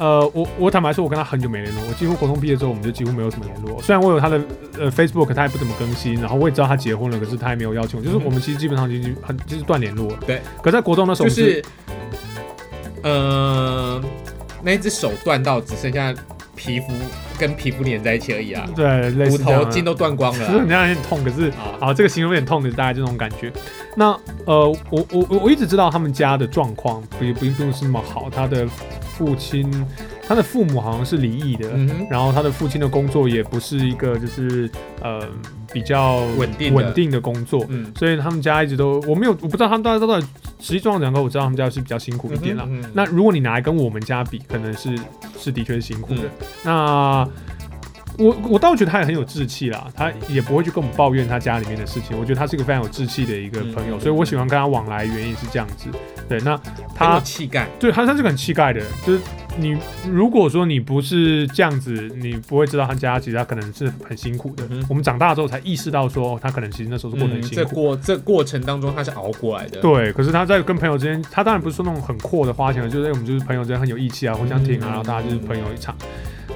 Speaker 1: 呃，我我坦白说，我跟他很久没联络。我几乎国中毕业之后，我们就几乎没有什么联络。虽然我有他的呃 Facebook，他也不怎么更新，然后我也知道他结婚了，可是他也没有邀请我。就是我们其实基本上已经很就是断联络了。
Speaker 2: 对。
Speaker 1: 可在国中的时候，
Speaker 2: 就
Speaker 1: 我们
Speaker 2: 是，呃，那一只手断到只剩下皮肤跟皮肤连在一起而已啊，
Speaker 1: 对类
Speaker 2: 骨
Speaker 1: 似这样
Speaker 2: 头
Speaker 1: 啊
Speaker 2: 筋都断光
Speaker 1: [LAUGHS]
Speaker 2: 了
Speaker 1: 就是
Speaker 2: 啊
Speaker 1: 很让人痛，可是
Speaker 2: 啊。
Speaker 1: 啊，这个形容有点痛的，大概就这种感觉。那呃，我我我我一直知道他们家的状况不不不是那么好，他的父亲，他的父母好像是离异的，
Speaker 2: 嗯哼，
Speaker 1: 然后他的父亲的工作也不是一个就是呃比较
Speaker 2: 稳定的
Speaker 1: 稳定的工作。
Speaker 2: 嗯，
Speaker 1: 所以他们家一直都我没有我不知道他们大家到底实际状况怎样，可我知道他们家是比较辛苦一点啦。
Speaker 2: 嗯哼嗯哼
Speaker 1: 那如果你拿来跟我们家比，可能是是的确是辛
Speaker 2: 嗯
Speaker 1: 苦的。那我我倒觉得他也很有志气啦，他也不会去跟我们抱怨他家里面的事情。我觉得他是一个非常有志气的一个朋友，
Speaker 2: 嗯
Speaker 1: 所以我喜欢跟他往来，原因是这样子。对，那
Speaker 2: 很
Speaker 1: 他
Speaker 2: 有气概，
Speaker 1: 对他他是个很气概的人，就是你如果说你不是这样子，你不会知道他家其实他可能是很辛苦的。
Speaker 2: 嗯哼
Speaker 1: 我们长大之后才意识到说，哦他可能其实那时候是过得很辛苦
Speaker 2: 这。嗯过这过程当中他是熬过来的，
Speaker 1: 对，可是他在跟朋友之间，他当然不是说那种很阔的花钱，就是、哎我们就是朋友之间很有义气啊，互相挺啊，
Speaker 2: 嗯
Speaker 1: 然后大家就是朋友一场。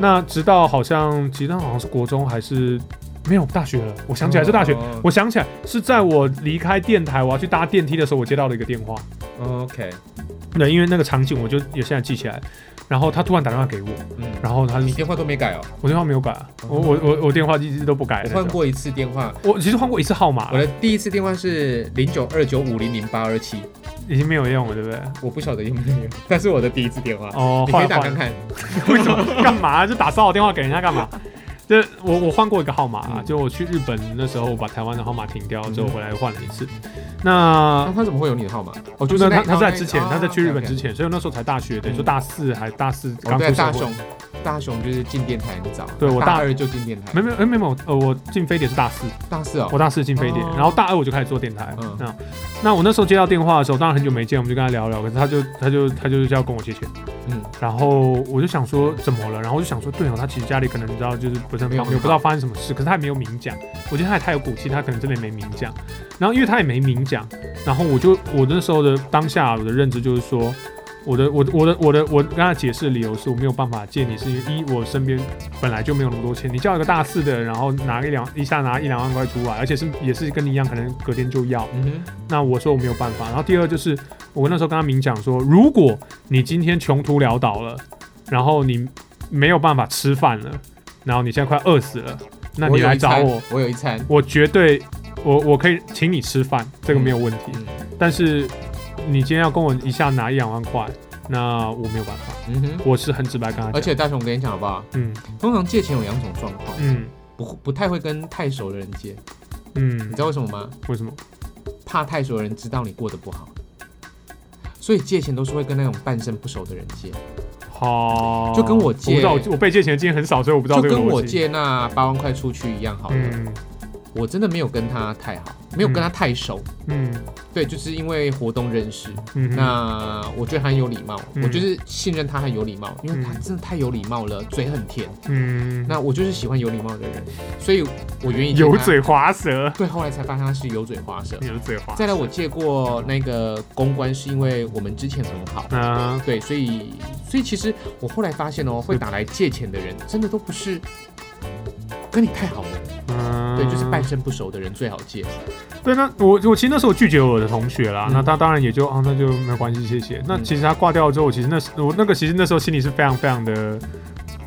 Speaker 1: 那直到好像，其实好像是国中还是没有大学了，我想起来是大学。
Speaker 2: 哦
Speaker 1: 我想起来是在我离开电台，我要去搭电梯的时候，我接到了一个电话。
Speaker 2: 哦 OK，
Speaker 1: 对，因为那个场景我就也现在记起来。然后他突然打电话给我，
Speaker 2: 嗯，
Speaker 1: 然后他就
Speaker 2: 你电话都没改哦，
Speaker 1: 我电话没有改啊，我我我我电话一直都不改
Speaker 2: 我
Speaker 1: 的那
Speaker 2: 换
Speaker 1: 种。
Speaker 2: 过一次电话，
Speaker 1: 我其实换过一次号码
Speaker 2: 我
Speaker 1: 了，
Speaker 2: 的第一次电话是零九二九五零零八二七，
Speaker 1: 已经没有用了，对不对？
Speaker 2: 我不晓得有没有，但是我的第一次电话，
Speaker 1: 哦，
Speaker 2: 你可
Speaker 1: 换
Speaker 2: 以打
Speaker 1: 换
Speaker 2: 看看，
Speaker 1: 为什么干嘛？就打骚扰电话给人家干
Speaker 2: [LAUGHS]
Speaker 1: 嘛？这我我换过一个号码啊，
Speaker 2: 嗯
Speaker 1: 就我去日本那时候，我把台湾的号码停掉之后
Speaker 2: 嗯
Speaker 1: 回来换了一次。那
Speaker 2: 啊他怎么会有你的号码？哦，
Speaker 1: 就
Speaker 2: 就是是
Speaker 1: 他
Speaker 2: 那
Speaker 1: 他是在
Speaker 2: 哦
Speaker 1: 之前，
Speaker 2: 那
Speaker 1: 他在去日本
Speaker 2: OK，OK
Speaker 1: 之前，所以我那时候才大学，等于说
Speaker 2: 嗯
Speaker 1: 大四还大四
Speaker 2: 我
Speaker 1: 刚出
Speaker 2: 哦对
Speaker 1: 社
Speaker 2: 大
Speaker 1: 会。
Speaker 2: 雄，大雄就是进电台很早，
Speaker 1: 对我大
Speaker 2: 大二就进电台，
Speaker 1: 没没哎没有，呃，我进飞碟是大四，
Speaker 2: 大四哦
Speaker 1: 我，大四进飞碟，
Speaker 2: 哦
Speaker 1: 然后大二我就开始做电台
Speaker 2: 嗯。
Speaker 1: 那那我那时候接到电话的时候，当然很久没见，我们就跟他聊聊，可是他就他就他就是要跟我借钱，
Speaker 2: 嗯，
Speaker 1: 然后我就想说怎么了，然后我就想说对哦，他其实家里可能你知道就是不是很
Speaker 2: 没有
Speaker 1: 方
Speaker 2: 很
Speaker 1: 便，我不知道发生什么事，可是他也没有明讲，我觉得他也太有骨气，他可能真的没明讲。然后因为他也没明讲，然后我就我那时候的当下我的认知就是说。我的我的我的我的我跟他解释的理由是我没有办法借你，是因为一我身边本来就没有那么多钱，你叫一个大四的，然后拿一两一下拿一两万块出来，而且是也是跟你一样，可能隔天就要，
Speaker 2: 嗯
Speaker 1: 那我说我没有办法。然后第二就是，我那时候跟他明讲说，如果你今天穷途潦倒了，然后你没有办法吃饭了，然后你现在快饿死了，那
Speaker 2: 哼，
Speaker 1: 你来找
Speaker 2: 我有一
Speaker 1: 我
Speaker 2: 餐，，我有一餐，
Speaker 1: 我绝对，我我可以请你吃饭，这个没有问题。
Speaker 2: 嗯
Speaker 1: 但是你今天要跟我一下拿一两万块，那我没有办法，
Speaker 2: 嗯哼，
Speaker 1: 我是很直白跟他
Speaker 2: 而
Speaker 1: 讲，
Speaker 2: 且大雄，我跟你讲好不好？
Speaker 1: 嗯
Speaker 2: 通常借钱有两种状况，
Speaker 1: 嗯
Speaker 2: 不不太会跟太熟的人借，你
Speaker 1: 嗯
Speaker 2: 知，道为什么吗？
Speaker 1: 为什么？
Speaker 2: 怕太熟的人知道你过得不好。所以借钱都是会跟那种半生不熟的人借，
Speaker 1: 好，
Speaker 2: 就跟我
Speaker 1: 我不
Speaker 2: 借
Speaker 1: 知道我我被借钱的经验很少，所以我不知道
Speaker 2: 就
Speaker 1: 这个
Speaker 2: 跟我
Speaker 1: 逻辑。
Speaker 2: 借那八万块出去一样好了。
Speaker 1: 嗯
Speaker 2: 我真的没有跟他太好，没有跟他太熟，
Speaker 1: 嗯
Speaker 2: 对，就是因为活动认识，
Speaker 1: 嗯哼，
Speaker 2: 那我觉得他很有礼貌，
Speaker 1: 嗯
Speaker 2: 我就是信任他很有礼貌，因为他
Speaker 1: 嗯
Speaker 2: 真的太有礼貌了，嘴很甜。
Speaker 1: 嗯
Speaker 2: 那我就是喜欢有礼貌的人，所以我愿意借他
Speaker 1: 油。嘴嗯滑舌，
Speaker 2: 对，后来才发现他是油嘴滑舌。
Speaker 1: 油嘴滑舌。
Speaker 2: 再来，我借过那个公关，是因为我们之前很好，
Speaker 1: 啊，
Speaker 2: 对，所以所以其实我后来发现
Speaker 1: 嗯
Speaker 2: 哦，会打来借钱的人，真的都不是跟你太好的人，
Speaker 1: 嗯，
Speaker 2: 对，就是半生不熟的人最好借。
Speaker 1: 对，那我我其实那时候拒绝我的同学啦，
Speaker 2: 嗯
Speaker 1: 那他当然也就啊，那就没关系，谢谢。那其实他挂掉之后，我其实那时我那个其实那时候心里是非常非常的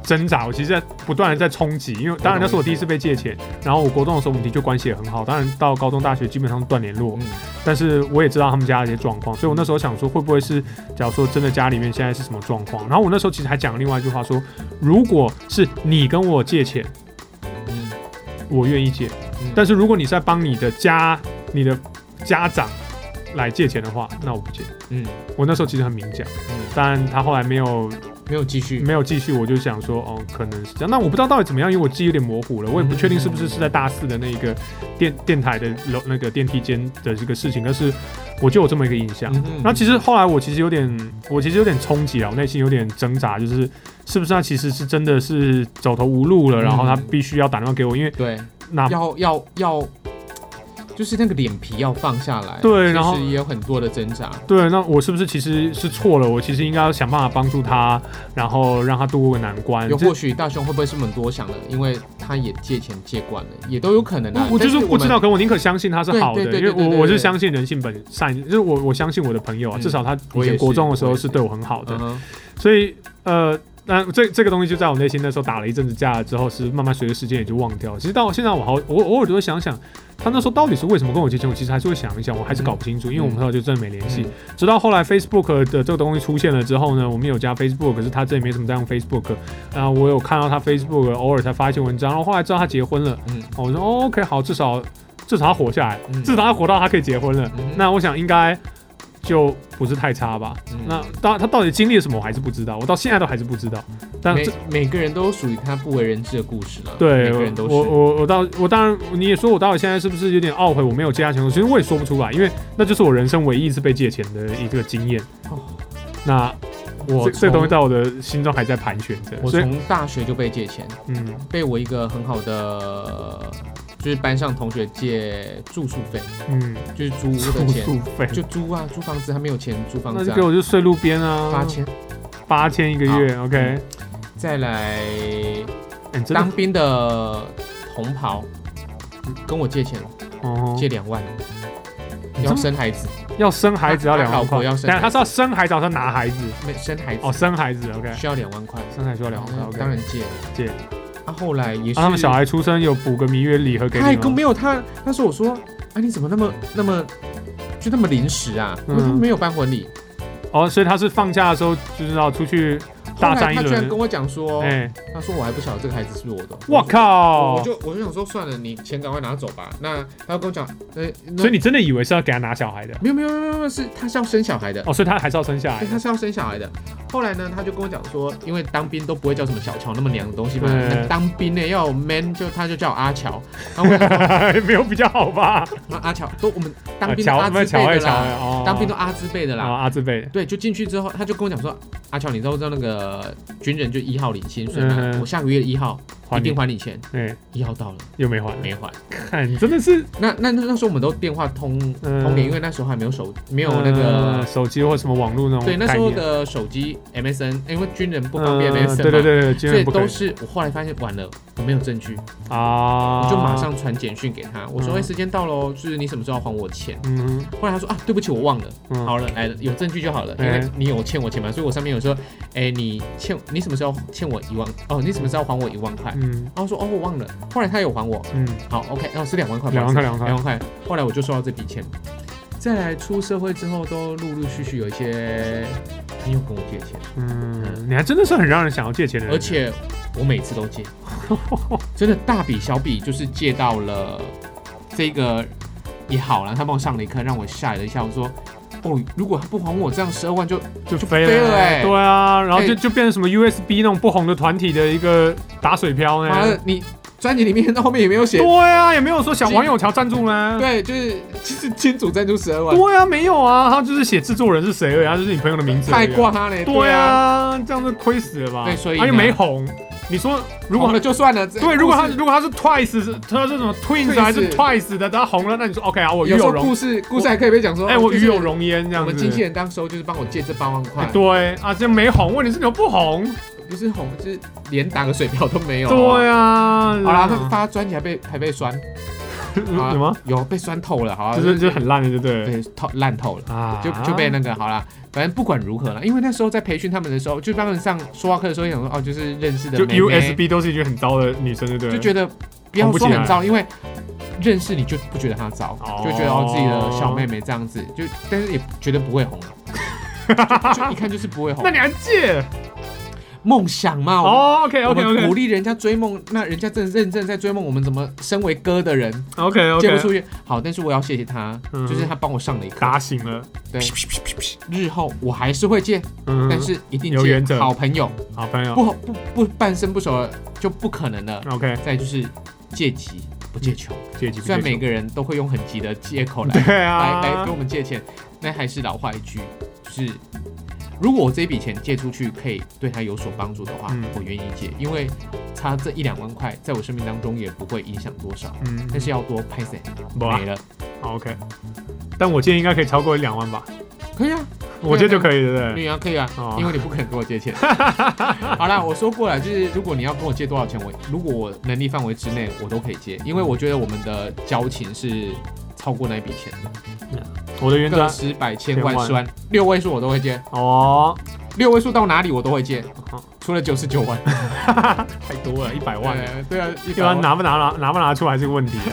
Speaker 1: 挣扎，我其实在不断的在冲击，因为当然那是我第一次被借钱，然后我国中的时候我们的确关系也很好，当然到高中大学基本上断联络，
Speaker 2: 嗯，
Speaker 1: 但是我也知道他们家的一些状况，所以我那时候想说，会不会是，假如说真的家里面现在是什么状况？然后我那时候其实还讲了另外一句话说，如果是你跟我借钱，
Speaker 2: 嗯
Speaker 1: 我愿意借，
Speaker 2: 嗯
Speaker 1: 但是如果你是在帮你的家、你的家长来借钱的话，那我不借。
Speaker 2: 嗯
Speaker 1: 我那时候其实很明讲，
Speaker 2: 嗯，
Speaker 1: 但他后来没有
Speaker 2: 没有继续，
Speaker 1: 没有继续，我就想说，哦，可能是这样。那我不知道到底怎么样，因为我记忆有点模糊了，我也不确定是不是是在大四的那
Speaker 2: 嗯
Speaker 1: 个电电台的楼那个电梯间的这个事情，但是我就有这么一个印象。
Speaker 2: 嗯哼
Speaker 1: 那其实后来我其实有点，我其实有点冲击啊，我内心有点挣扎，就是是不是他其实是真的是走投无路了，
Speaker 2: 嗯
Speaker 1: 然后他必须要打电话给我，因为
Speaker 2: 对，
Speaker 1: 那
Speaker 2: 要要要，就是那个脸皮要放下来，
Speaker 1: 对
Speaker 2: 其
Speaker 1: 然后
Speaker 2: 实也有很多的挣扎，
Speaker 1: 对，那我是不是其实是错了？我其实应该要想办法帮助他，然后让他渡过难关。
Speaker 2: 又
Speaker 1: 这
Speaker 2: 或许大雄会不会是我们多想了？因为他也借钱借惯了，也都有可能啊。
Speaker 1: 我我就
Speaker 2: 但
Speaker 1: 是不
Speaker 2: 我
Speaker 1: 知道，可能我宁可相信他是好的，
Speaker 2: 对对对
Speaker 1: 因为
Speaker 2: 对对对
Speaker 1: 我我
Speaker 2: 对
Speaker 1: 是相信人性本善，就是我我相信我的朋友啊，
Speaker 2: 嗯
Speaker 1: 至少他以
Speaker 2: 我也
Speaker 1: 前
Speaker 2: 是
Speaker 1: 国中的时
Speaker 2: 我
Speaker 1: 候
Speaker 2: 也是
Speaker 1: 是对我很好的
Speaker 2: 嗯，哼
Speaker 1: 所以呃，那这这个东西就在我内心那时候打了一阵子架之后，是慢慢随着时间也就忘掉了。其实到现在我好，我偶尔都会想想，他那时候到底是为什么跟我借钱，我其实还是会想一想，我还是搞不清楚，因为我们后来就真的没联系。
Speaker 2: 嗯
Speaker 1: 直到后来 Facebook 的这个东西出现了之后呢，我们有加 Facebook，可是他这里没怎么在用 Facebook。然后我有看到他 Facebook 偶尔才发一些文章，然后后来知道他结婚了，
Speaker 2: 嗯
Speaker 1: 哦我说、哦、OK 好，至少至少他活下来，
Speaker 2: 嗯
Speaker 1: 至少他活到他可以结婚了。
Speaker 2: 嗯哼
Speaker 1: 那我想应该就不是太差吧。
Speaker 2: 嗯
Speaker 1: 那到他到底经历了什么，我还是不知道，我到现在都还是不知道。但
Speaker 2: 每
Speaker 1: 这
Speaker 2: 每个人都有属于他不为人知的故事了，
Speaker 1: 对
Speaker 2: 每个人都
Speaker 1: 我
Speaker 2: 是。
Speaker 1: 我我到我当然你也说我到底现在是不是有点懊悔我没有借他钱？其实我也说不出来，因为那就是我人生唯一一次被借钱的一个经验。
Speaker 2: 哦
Speaker 1: 那
Speaker 2: 我
Speaker 1: 这这个
Speaker 2: 从
Speaker 1: 东西在我的心中还在盘旋着，
Speaker 2: 我
Speaker 1: 所以
Speaker 2: 从大学就被借钱，
Speaker 1: 嗯
Speaker 2: 被我一个很好的就是班上同学借住宿费，
Speaker 1: 嗯，
Speaker 2: 就是租屋
Speaker 1: 住
Speaker 2: 的钱，
Speaker 1: 宿费，
Speaker 2: 就租啊，租房子，他没有钱租房
Speaker 1: 那
Speaker 2: 子、
Speaker 1: 就
Speaker 2: 啊
Speaker 1: 给，我就睡路边啊，
Speaker 2: 八千。
Speaker 1: 八千一个月，OK，哎
Speaker 2: 再来，
Speaker 1: 你真的
Speaker 2: 当兵的同袍跟我借钱，
Speaker 1: 哦
Speaker 2: 借两万，
Speaker 1: 你这
Speaker 2: 要
Speaker 1: 么
Speaker 2: 生孩子，
Speaker 1: 要生孩子要两万
Speaker 2: 他老
Speaker 1: 块，
Speaker 2: 婆要生
Speaker 1: 等下
Speaker 2: 孩
Speaker 1: 他
Speaker 2: 子
Speaker 1: 是要生孩子，还是要拿孩子？
Speaker 2: 没生孩子
Speaker 1: 哦，生孩子，OK，
Speaker 2: 需要两万块，
Speaker 1: 生孩子要两万块
Speaker 2: 嗯
Speaker 1: ，OK。
Speaker 2: 当然借
Speaker 1: 借。
Speaker 2: 啊，后来也是
Speaker 1: 啊，他们小孩出生有补个蜜月礼盒给
Speaker 2: 他还
Speaker 1: 你
Speaker 2: 跟
Speaker 1: 吗？
Speaker 2: 没有他，那时候我说，啊，你怎么那么那么就那么临时啊？
Speaker 1: 嗯
Speaker 2: 我说没有办婚礼，
Speaker 1: 哦，所以他是放假的时候就是要出去大
Speaker 2: 后
Speaker 1: 战
Speaker 2: 来
Speaker 1: 一
Speaker 2: 他居然
Speaker 1: 轮
Speaker 2: 跟。我讲说，
Speaker 1: 哎，
Speaker 2: 他说我还不晓得这个孩子是不是我的，
Speaker 1: 我
Speaker 2: 我
Speaker 1: 靠！
Speaker 2: 就！我就我就想说算了，你钱赶快拿走吧。那他跟我讲，呃，
Speaker 1: 所
Speaker 2: 所
Speaker 1: 以你真的以为是要给他拿小孩的？
Speaker 2: 没有没有没有没有，是他是要生小孩的，
Speaker 1: 哦，所以他还是要生下来
Speaker 2: 对，他是要生小孩的。后来呢，他就跟我讲说，因为当兵都不会叫什么小乔那么娘的东西嘛，
Speaker 1: 对
Speaker 2: 那当兵呢要有 man，就他就叫我阿乔。然后我想说
Speaker 1: 的， [LAUGHS] 没有比较好吧？
Speaker 2: 啊阿乔都我们当兵都
Speaker 1: 乔，
Speaker 2: 阿
Speaker 1: 我
Speaker 2: 字
Speaker 1: 们乔
Speaker 2: 辈
Speaker 1: 哎
Speaker 2: 的
Speaker 1: 乔
Speaker 2: 啦
Speaker 1: 哎，，哦，
Speaker 2: 当兵都阿字辈的啦。
Speaker 1: 哦阿字辈，
Speaker 2: 对，就进去之后，他就跟我讲说：“阿乔，你知道知道那个军人就一号领薪水吗？
Speaker 1: 嗯哼
Speaker 2: 我下个月一号一
Speaker 1: 还
Speaker 2: 定
Speaker 1: 你，
Speaker 2: 还你钱。
Speaker 1: 哎，
Speaker 2: 一号到了
Speaker 1: 又没还，
Speaker 2: 没还，
Speaker 1: 看你真的是
Speaker 2: 那那那那时候我们都电话通
Speaker 1: 嗯
Speaker 2: 通联，因为那时候还没有手没
Speaker 1: 没
Speaker 2: 有那个、
Speaker 1: 呃手机或什么网络那种
Speaker 2: 对那时
Speaker 1: 概
Speaker 2: 候
Speaker 1: 念
Speaker 2: 的手机 MSN，因为哎军人不方便
Speaker 1: 嗯
Speaker 2: MSN 嘛，
Speaker 1: 对对对对，
Speaker 2: 所以
Speaker 1: 绝不可
Speaker 2: 都
Speaker 1: 以
Speaker 2: 是我后来发现晚了，我没有证据，
Speaker 1: 啊，
Speaker 2: 我就马上传简讯给他，我说：
Speaker 1: 嗯
Speaker 2: 哎、时间到喽，就是你什么时候要还我钱？
Speaker 1: 嗯
Speaker 2: 后来他说啊，对不起，我忘了。
Speaker 1: 嗯
Speaker 2: 好了，来了，有证据就好了，因
Speaker 1: 哎
Speaker 2: 为你有欠我钱嘛，所以我上面有说，哎、你欠你什么时候欠我一万？哦，你什么时候还我一万块？
Speaker 1: 嗯
Speaker 2: 然后我说哦，我忘了。后来他有还我，
Speaker 1: 嗯，
Speaker 2: 好，OK，然后是两万块，
Speaker 1: 两万
Speaker 2: 不好
Speaker 1: 块两万
Speaker 2: 意思
Speaker 1: 块
Speaker 2: 哎两。万块。后来我就收到这笔钱。再来出社会之后，都陆陆续续有一些朋友跟我借钱，
Speaker 1: 嗯，你还真的是很让人想要借钱的人，
Speaker 2: 而且我每次都
Speaker 1: [LAUGHS]
Speaker 2: 借，真的大笔小笔就是借到了这个也好了。他帮我上了一课，让我吓了一跳，我说哦，如果他不还我这样十二万就
Speaker 1: 就
Speaker 2: 飞
Speaker 1: 飞
Speaker 2: 了
Speaker 1: 了
Speaker 2: 欸
Speaker 1: 欸，对啊，然后就
Speaker 2: 哎
Speaker 1: 就变成什么 USB 那种不红的团体的一个打水漂
Speaker 2: 完了
Speaker 1: 呢，，
Speaker 2: 你专辑里面到后面也没有写，
Speaker 1: 啊对啊，也没有说想网友桥赞助呢，
Speaker 2: 对，就是就是金主赞助十二万，
Speaker 1: 对啊，没有啊，他就是写制作人是谁而已，他就是你朋友的名字而
Speaker 2: 太
Speaker 1: 已，
Speaker 2: 挂他嘞，
Speaker 1: 对，啊，这样子亏死了吧，啊
Speaker 2: 对所以
Speaker 1: 他又
Speaker 2: 呢
Speaker 1: 没红，你说如
Speaker 2: 如
Speaker 1: 果
Speaker 2: 果
Speaker 1: 他
Speaker 2: 了就算了，对
Speaker 1: 对，如果他如果他是 Twice，是他是什么 Twins 还是 Twice 的，他红了，那你说 OK 啊，我与
Speaker 2: 有时
Speaker 1: 有
Speaker 2: 候
Speaker 1: 容
Speaker 2: 故，事故事还可以被讲说，
Speaker 1: 哎，
Speaker 2: 哦
Speaker 1: 我
Speaker 2: 就
Speaker 1: 与
Speaker 2: 是
Speaker 1: 有容焉这
Speaker 2: 我
Speaker 1: 样
Speaker 2: 们经纪
Speaker 1: 子。
Speaker 2: 人当时候就是帮我借这八万块，
Speaker 1: 对啊，这没红，问题是你又不红。
Speaker 2: 不是红，就是连打个水漂都没有，
Speaker 1: 对啊，嗯
Speaker 2: 好啦，他发专辑还被还被酸，好啦
Speaker 1: 什么？？
Speaker 2: 有被酸透了，好啦，
Speaker 1: 就是就是很烂的，对不对？
Speaker 2: 对透烂透了。
Speaker 1: 啊，
Speaker 2: 就就被那个好啦，反正不管如何了，因为那时候在培训他们的时候，就帮他们上说话课的时候，想说哦，就是认识的
Speaker 1: 就
Speaker 2: 妹妹
Speaker 1: USB 都是一群很糟的女生，对不对？
Speaker 2: 就觉得不要说很糟，因为认识你就不觉得她糟，
Speaker 1: 哦
Speaker 2: 就觉得哦自己的小妹妹这样子，就 [LAUGHS] 但是也绝对不会红了。就就一看就是不会红
Speaker 1: 那。你还借？
Speaker 2: 梦想嘛。我们
Speaker 1: 哦，OK
Speaker 2: 我
Speaker 1: OK
Speaker 2: 们
Speaker 1: OK
Speaker 2: 鼓励人家追梦，那人家正认真在追梦，我们怎么身为哥的人
Speaker 1: OK
Speaker 2: 借不
Speaker 1: OK，
Speaker 2: 出去？好，但是我要谢谢他，
Speaker 1: 嗯
Speaker 2: 就是他帮我上了一课。
Speaker 1: 打醒了，
Speaker 2: 对，日后我还是会借，
Speaker 1: 嗯，
Speaker 2: 但是一定
Speaker 1: 有原
Speaker 2: 借
Speaker 1: 则
Speaker 2: 好朋友，
Speaker 1: 好朋友
Speaker 2: 不不不半生不熟的就不可能了。
Speaker 1: ，OK，
Speaker 2: 再就是借急不借穷，
Speaker 1: 借机
Speaker 2: 虽然每个人都会用很急的借口来
Speaker 1: 对
Speaker 2: 来
Speaker 1: 啊，
Speaker 2: 来跟我们借钱，那还是老话一句，就是如果我这笔钱借出去可以对他有所帮助的话，
Speaker 1: 嗯
Speaker 2: 我愿意借，因为他这一两万块在我生命当中也不会影响多少，
Speaker 1: 嗯，
Speaker 2: 但是要多拍谁
Speaker 1: 不啊
Speaker 2: 没了，
Speaker 1: ，OK，但我建议应该可以超过两万吧，
Speaker 2: 可以啊，
Speaker 1: 我觉得就可以，对不对？
Speaker 2: 女啊可以啊
Speaker 1: 哦，
Speaker 2: 因为你不可能跟我借
Speaker 1: [LAUGHS]
Speaker 2: 钱。好啦，我说过了，就是如果你要跟我借多少钱，我如果我能力范围之内，我都可以借，因为我觉得我们的交情是超过那一笔钱的，
Speaker 1: 我的原则
Speaker 2: 个十百千
Speaker 1: 千
Speaker 2: 万
Speaker 1: 万
Speaker 2: 十万六位数我都会借。
Speaker 1: 哦，
Speaker 2: 六位数到哪里我都会借
Speaker 1: 哦，
Speaker 2: 除了九十九万。
Speaker 1: 太多了，一百万。
Speaker 2: 对对啊，
Speaker 1: [LAUGHS]
Speaker 2: 一
Speaker 1: 要不然
Speaker 2: 般
Speaker 1: 拿不拿拿拿不拿出来是个问题。 [LAUGHS]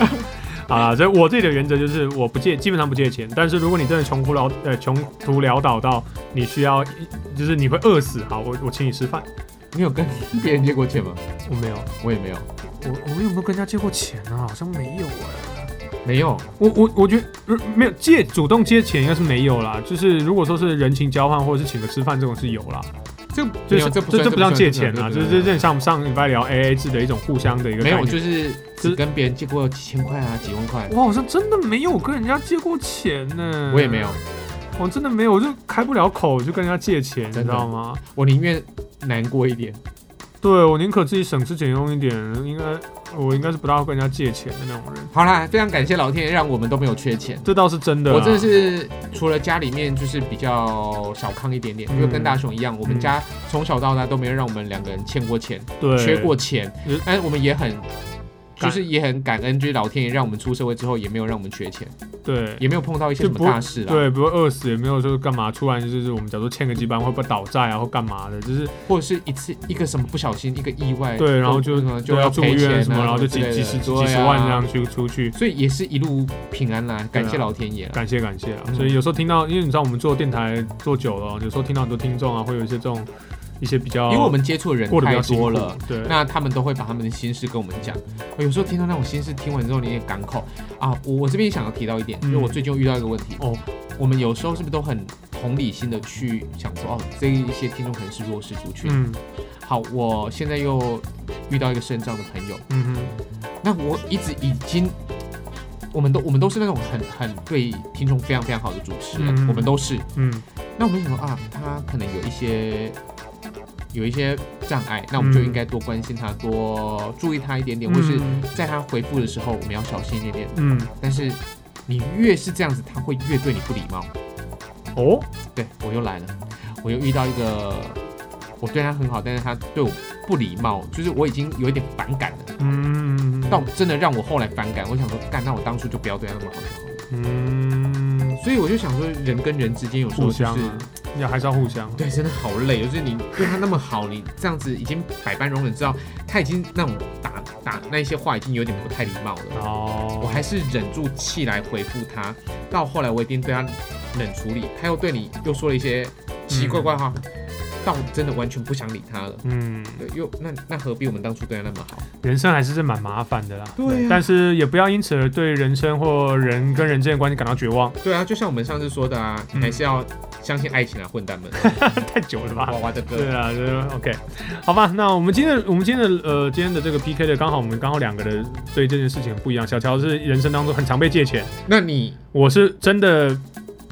Speaker 1: 啊，所以我自己的原则就是我不借，基本上不借钱。但是如果你真的穷途潦呃穷途潦倒到你需要，就是你会饿死，好，我我请你吃饭。
Speaker 2: 你有跟别人借过钱吗？
Speaker 1: 我没有，
Speaker 2: 我也没有，
Speaker 1: 我我有没有跟人家借过钱啊？好像没有哎、
Speaker 2: 没有。
Speaker 1: 我我我觉得呃没有借主动借钱应该是没有啦，就是如果说是人情交换或者是请个吃饭这种是有啦，
Speaker 2: 这
Speaker 1: 就
Speaker 2: 没
Speaker 1: 是
Speaker 2: 有这不
Speaker 1: 这
Speaker 2: 算
Speaker 1: 这不
Speaker 2: 算
Speaker 1: 像借钱啊，就
Speaker 2: 不算
Speaker 1: 是
Speaker 2: 不
Speaker 1: 这
Speaker 2: 算
Speaker 1: 这像我们上礼拜聊 AA 制的一种互相的一个
Speaker 2: 没有，
Speaker 1: 概
Speaker 2: 我
Speaker 1: 念
Speaker 2: 就是只跟别人借过几千块啊，几万块，
Speaker 1: 我好像真的没有跟人家借过钱呢，
Speaker 2: 我也没有，，
Speaker 1: 我真的没有，我就开不了口，我就跟人家借钱，你
Speaker 2: 真的
Speaker 1: 知道吗？
Speaker 2: 我宁愿难过一点。
Speaker 1: 对我宁可自己省吃俭用一点，应该我应该是不大会跟人家借钱的那种人，
Speaker 2: 好啦，非常感谢老天爷让我们都没有缺钱。
Speaker 1: 这倒是真的啊。
Speaker 2: 我真的是除了家里面就是比较小康一点点，因为
Speaker 1: 嗯
Speaker 2: 跟大雄一样，我们家从小到大都没有让我们两个人欠过钱。
Speaker 1: 对
Speaker 2: 缺过钱
Speaker 1: 嗯，
Speaker 2: 但是我们也很。
Speaker 1: 感
Speaker 2: 就是也很感恩，就是老天爷让我们出社会之后也没有让我们缺钱，
Speaker 1: 对
Speaker 2: 也没有碰到一些什么
Speaker 1: 就不
Speaker 2: 大事啦，
Speaker 1: 对，不会饿死，也没有说干嘛，突然就是我们假如说欠个几百万会不会倒债啊，或干嘛的，就是
Speaker 2: 或者是一次一个什么不小心一个意外，
Speaker 1: 对，然后就
Speaker 2: 嗯就
Speaker 1: 对
Speaker 2: 要
Speaker 1: 住
Speaker 2: 赔钱
Speaker 1: 院
Speaker 2: 啊
Speaker 1: 什么，然后就
Speaker 2: 之
Speaker 1: 几
Speaker 2: 类的
Speaker 1: 几十
Speaker 2: 对啊
Speaker 1: 几十万这样去出去。
Speaker 2: 所以也是一路平安啦，感谢老天爷啦。
Speaker 1: 感谢感谢啊！
Speaker 2: 嗯
Speaker 1: 所以有时候听到，因为你知道我们做电台做久了，有时候听到很多听众啊，会有一些这种一些比较，
Speaker 2: 因为我们接触的人
Speaker 1: 哦过得比
Speaker 2: 太
Speaker 1: 较辛
Speaker 2: 多
Speaker 1: 苦
Speaker 2: 了，，
Speaker 1: 对，
Speaker 2: 那他们都会把他们的心事跟我们讲。我有时候听到那种心事，听完之后你也港口啊。我我这边想要提到一点，
Speaker 1: 嗯
Speaker 2: 因为我最近遇到一个问题
Speaker 1: 哦，
Speaker 2: 我们有时候是不是都很同理心的去想说，哦，这一些听众可能是弱势族群。
Speaker 1: 嗯
Speaker 2: 好，我现在又遇到一个身障的朋友，
Speaker 1: 嗯哼。
Speaker 2: 那我一直已经。我们都我们都是那种很很对听众非常非常好的主持人，
Speaker 1: 嗯
Speaker 2: 我们都是。
Speaker 1: 嗯
Speaker 2: 那我们就想说啊，他可能有一些有一些障碍，那我们就
Speaker 1: 嗯
Speaker 2: 应该多关心他，多注意他一点点，或是在他回复的时候我们要小心一点点。
Speaker 1: 嗯
Speaker 2: 但是你越是这样子，他会越对你不礼貌。
Speaker 1: 哦，
Speaker 2: 对我又来了，我又遇到一个我对他很好，但是他对我不礼貌，就是我已经有一点反感了。
Speaker 1: 嗯，
Speaker 2: 到真的让我后来反感，我想说，干，那我当初就不要对他那么好就好了。
Speaker 1: 嗯，
Speaker 2: 所以我就想说，人跟人之间有时候
Speaker 1: 互
Speaker 2: 就是
Speaker 1: 相啊，要还是要互相啊，
Speaker 2: 对，真的好累。就是你对他那么好，你这样子已经百般容忍，知道他已经那种打打那一些话已经有点不太礼貌了。
Speaker 1: 哦，
Speaker 2: 我还是忍住气来回复他，到后来我已经对他冷处理，他又对你又说了一些奇奇怪怪话，到真的完全不想理他了。
Speaker 1: 嗯，
Speaker 2: 对，又那那何必我们当初对他那么好？
Speaker 1: 人生还是是蛮麻烦的啦。
Speaker 2: 对啊
Speaker 1: 但是也不要因此而对人生或人跟人之间的关系感到绝望， [LAUGHS]
Speaker 2: 对啊，就像我们上次说的啊，
Speaker 1: 嗯
Speaker 2: 还是要相信爱情啊，混蛋们！
Speaker 1: 太久了吧
Speaker 2: 娃？娃的歌，
Speaker 1: 对啊，对，OK，好吧，那我们今天的我们今天的呃今天的这个 PK 的，刚好我们刚好两个人对这件事情很不一样。小乔是人生当中很常被借钱，
Speaker 2: 那你
Speaker 1: 我是真的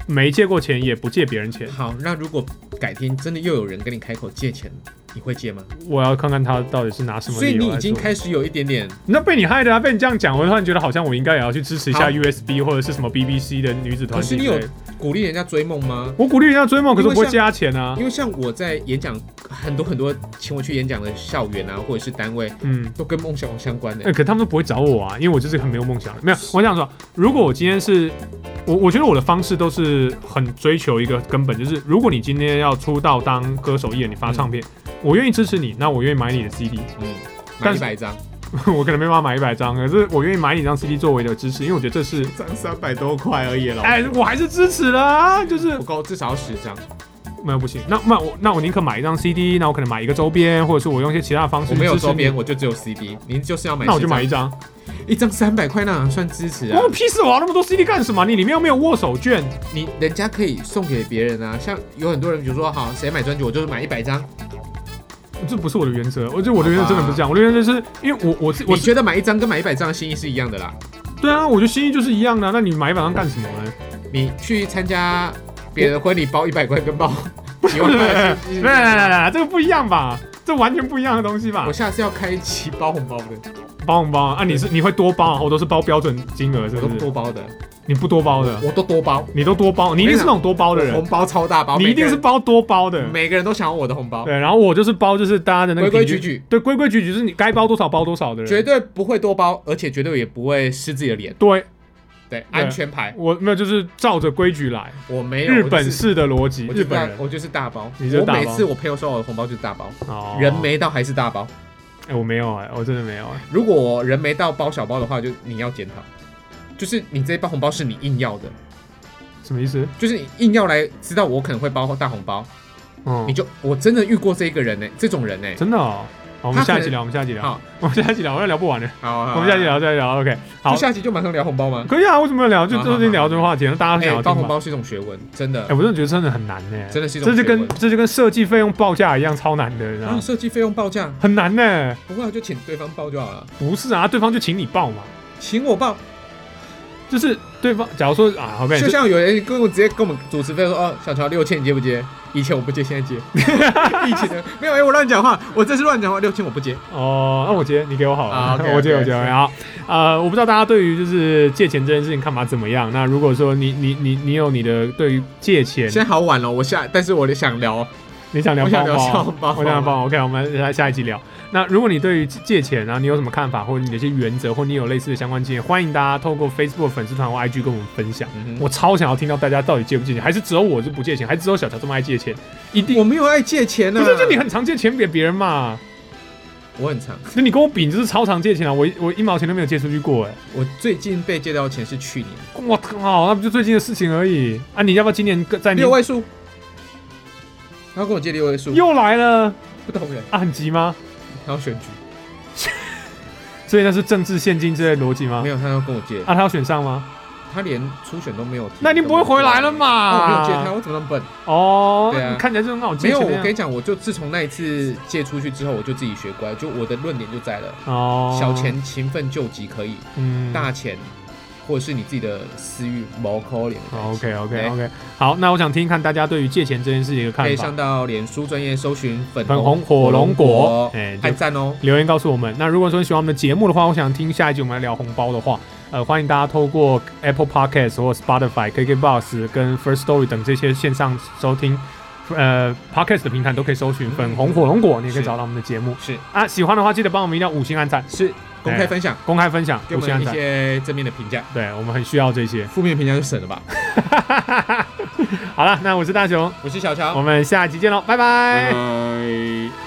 Speaker 1: 没借过钱，也不借别人钱。
Speaker 2: 好，那如果改天真的又有人跟你开口借钱，你会借吗？
Speaker 1: 我要看看他到底是拿什么
Speaker 2: 所以
Speaker 1: 理由
Speaker 2: 你
Speaker 1: 来
Speaker 2: 已经
Speaker 1: 做
Speaker 2: 开始有一点点，
Speaker 1: 那被你害的啊！被你这样讲，我突然觉得好像我应该也要去支持一
Speaker 2: 好
Speaker 1: 下 USB 或者是什么 BBC 的女子团
Speaker 2: 可是
Speaker 1: 体之
Speaker 2: 你
Speaker 1: 类的。
Speaker 2: 有鼓励人家追梦吗？
Speaker 1: 我鼓励人家追梦，可是我不
Speaker 2: 因为
Speaker 1: 会
Speaker 2: 像
Speaker 1: 借他钱啊。
Speaker 2: 因为像我在演讲，很多很多请我去演讲的校园啊，或者是单位，
Speaker 1: 嗯，
Speaker 2: 都跟梦想相关的、
Speaker 1: 哎、可他们都不会找我啊，因为我就是很没有梦想的。没有，我想说，如果我今天是我，我觉得我的方式都是很追求一个根本，就是如果你今天要出道当歌手艺人，你发唱片，我愿意支持你，那我愿意买你的 CD。
Speaker 2: 嗯，买
Speaker 1: 但
Speaker 2: 一
Speaker 1: 是
Speaker 2: 百张，
Speaker 1: 我可能没办法买一百张，可是我愿意买你一张 CD 作为的支持，因为我觉得这是，
Speaker 2: 张三百多块而已了
Speaker 1: 哎、我还是支持啦、就是
Speaker 2: 不够，至少要十张。
Speaker 1: 没有不行。那那我那我宁可买一张 CD，那我可能买一个周边，或者是我用一些其他的方式。
Speaker 2: 我没有
Speaker 1: 支持
Speaker 2: 周边，
Speaker 1: 你，
Speaker 2: 我就只有 CD。您就是要买，
Speaker 1: 那我就买一张。
Speaker 2: 一张三百块，那哪算支持啊
Speaker 1: 我？屁事！我要那么多 CD 干什么？你里面又没有握手券，
Speaker 2: 你人家可以送给别人啊，像有很多人，比如说好，谁买专辑，我就是买一百张。
Speaker 1: 这不是我的原则。我觉得我的原则真的不是这样，我的原则是因为我我是我
Speaker 2: 我觉得买一张跟买一百张的心意是一样的啦。
Speaker 1: 对啊，我觉得心意就是一样的啊。那你买一百张干什么呢？
Speaker 2: 你去参加别人的婚礼，包一百
Speaker 1: [LAUGHS]
Speaker 2: 块跟包一万块的心意是一
Speaker 1: 来来
Speaker 2: 样
Speaker 1: 来
Speaker 2: 的。
Speaker 1: 来来，这个不一样吧？这完全不一样的东西吧
Speaker 2: 我？下次要开一期包红包的，
Speaker 1: 包红包啊？啊你是你会多包啊？我都是包标准金额，是
Speaker 2: 我都
Speaker 1: 不是？
Speaker 2: 多包的，
Speaker 1: 你不多包的，
Speaker 2: 我都多包。
Speaker 1: 你都多包，你一定是那种多包的人
Speaker 2: 红，包超大包，
Speaker 1: 你一定是
Speaker 2: 每
Speaker 1: 包多包的
Speaker 2: 个人。每个人都想要我的红包，
Speaker 1: 对，然后我就是包，就是大家的那个
Speaker 2: 规规
Speaker 1: 平
Speaker 2: 矩
Speaker 1: 均，
Speaker 2: 矩，
Speaker 1: 对，规规矩矩，就是你该包多少包多少的人。
Speaker 2: 绝对不会多包，而且绝对也不会失自己的脸。
Speaker 1: 对，
Speaker 2: 对，安全牌，
Speaker 1: 我没有，就是照着规矩来，
Speaker 2: 我没有
Speaker 1: 日
Speaker 2: 我就
Speaker 1: 本
Speaker 2: 是
Speaker 1: 式的逻辑，
Speaker 2: 我
Speaker 1: 日
Speaker 2: 就是大
Speaker 1: 本人
Speaker 2: 我就是大包，
Speaker 1: 你就是
Speaker 2: 我
Speaker 1: 大包
Speaker 2: 每次我朋友收我的红包就是大包，
Speaker 1: 哦
Speaker 2: 人，没到还是大包。
Speaker 1: 哎，我没有哎，我真的没有哎，
Speaker 2: 如果我人没到包小包的话，就你要检讨，就是你这一包红包是你硬要的，
Speaker 1: 什么意思？
Speaker 2: 就是你硬要来知道我可能会包大红包，
Speaker 1: 嗯
Speaker 2: 你，就我真的遇过这一个人呢、欸这种人呢、
Speaker 1: 真的哦。好，我们
Speaker 2: 他可
Speaker 1: 下
Speaker 2: 能
Speaker 1: 一集聊，我们下一集聊，
Speaker 2: 好，
Speaker 1: 我们下一集聊，我要聊不完了，
Speaker 2: 好，好
Speaker 1: 我们下一集，聊，下一集聊，OK，
Speaker 2: 好
Speaker 1: 好
Speaker 2: 就，下集就马上聊红包吗？
Speaker 1: 可以啊，为什么要聊？就
Speaker 2: 好好
Speaker 1: 最近聊这个话题，那大家
Speaker 2: 哎、
Speaker 1: 想要
Speaker 2: 包
Speaker 1: 听
Speaker 2: 红
Speaker 1: 吗？
Speaker 2: 包是一种学问，真的
Speaker 1: 哎，，我真的觉得真的很难呢，
Speaker 2: 真的是一种
Speaker 1: 这
Speaker 2: 学
Speaker 1: 就
Speaker 2: 问
Speaker 1: 跟。这就跟设计费用报价一样超难的，你知道
Speaker 2: 然后
Speaker 1: 吗？
Speaker 2: 啊设计费用报价，
Speaker 1: 很难呢，
Speaker 2: 不过就请对方报就好了，
Speaker 1: 不是啊，对方就请你报嘛，
Speaker 2: 请我报。
Speaker 1: 就是对方假如说啊，好呗，
Speaker 2: 就像有人跟我直接跟我们主持人说：“哦，小乔六千你接不接？”以前我不接，现在接。 [LAUGHS] 疫情的没有，哎、我乱讲话，我这是乱讲话，六千我不接。
Speaker 1: 哦，那我接，你给我好
Speaker 2: 啊
Speaker 1: [LAUGHS] 了，
Speaker 2: ，OK，OK，
Speaker 1: 我接，我接，
Speaker 2: 是
Speaker 1: 好。呃，我不知道大家对于就是借钱这件事情看法怎么样。那如果说你你你你有你的对于借钱
Speaker 2: 现，在好晚了，我下，但是我想聊，
Speaker 1: 你想聊包
Speaker 2: 我想聊小
Speaker 1: 包，
Speaker 2: 红包，
Speaker 1: 我想聊包，OK，我们来下一集聊。那如果你对于借钱啊，你有什么看法，或者你的一些原则，或你有类似的相关经验，欢迎大家透过 Facebook 粉丝团或 IG 跟我们分享。
Speaker 2: 嗯哼。
Speaker 1: 我超想要听到大家到底借不借钱，还是只有我是不借钱，还是只有小乔这么爱借钱？一定
Speaker 2: 我没有爱借钱呢、
Speaker 1: 不是，就你很常借钱给别人嘛？
Speaker 2: 我很长，
Speaker 1: 那你跟我比，你就是超常借钱啊！我一我一毛钱都没有借出去过、哎。
Speaker 2: 我最近被借到钱是去年
Speaker 1: 我靠，那不就最近的事情而已啊！你要不要今年跟在你
Speaker 2: 六位数，然后跟我借六位数，
Speaker 1: 又来了
Speaker 2: 不同人，
Speaker 1: 啊？很急吗？
Speaker 2: 然后选举
Speaker 1: 所以那是政治现金之类的逻辑吗
Speaker 2: 没？有，他要跟我借，
Speaker 1: 啊，他要选上吗？
Speaker 2: 他连初选都没有提，
Speaker 1: 那一定不会回来了
Speaker 2: 哦我没有
Speaker 1: 嘛？
Speaker 2: 借他，我怎么那么笨？
Speaker 1: 哦，
Speaker 2: 对啊
Speaker 1: 你看起来就很好
Speaker 2: 没
Speaker 1: 借
Speaker 2: 有，
Speaker 1: 钱的啊
Speaker 2: 我
Speaker 1: 样
Speaker 2: 跟你讲，我就自从那一次借出去之后，我就自己学乖，就我的论点就在了，
Speaker 1: 哦，
Speaker 2: 小，钱勤奋救急可以，
Speaker 1: 嗯，
Speaker 2: 大钱或者是你自己的私欲毛抠脸。
Speaker 1: OK 哦 OK OK，好，那我想听听看大家对于借钱这件事情的
Speaker 2: 哎可
Speaker 1: 看
Speaker 2: 以
Speaker 1: 法
Speaker 2: 上，到脸书专业搜寻粉
Speaker 1: 粉红火龙果，哎，就
Speaker 2: 按赞哦。
Speaker 1: 留言告诉我们。那如果说你喜欢我们的节目的话，我想听下一集我们来聊红包的话，呃，欢迎大家透过 Apple Podcast 或 Spotify、KKBox 跟 First Story 等这些线上收听。呃，podcast 的平台都可以搜寻“粉红火龙果”，你也可以
Speaker 2: 是
Speaker 1: 找到我们的节目
Speaker 2: 是
Speaker 1: 啊。喜欢的话，记得帮我们一定要五星按赞，
Speaker 2: 是，公
Speaker 1: 哎
Speaker 2: 开分享，
Speaker 1: 公开分享，
Speaker 2: 给
Speaker 1: 五
Speaker 2: 我
Speaker 1: 星按
Speaker 2: 们一
Speaker 1: 赞，
Speaker 2: 些正面的评价，
Speaker 1: 对我们很需要这些。
Speaker 2: 负面评价就省了吧。
Speaker 1: 好了，那我是大雄，
Speaker 2: 我是小乔
Speaker 1: 我，们下集见喽，拜拜。
Speaker 2: 拜。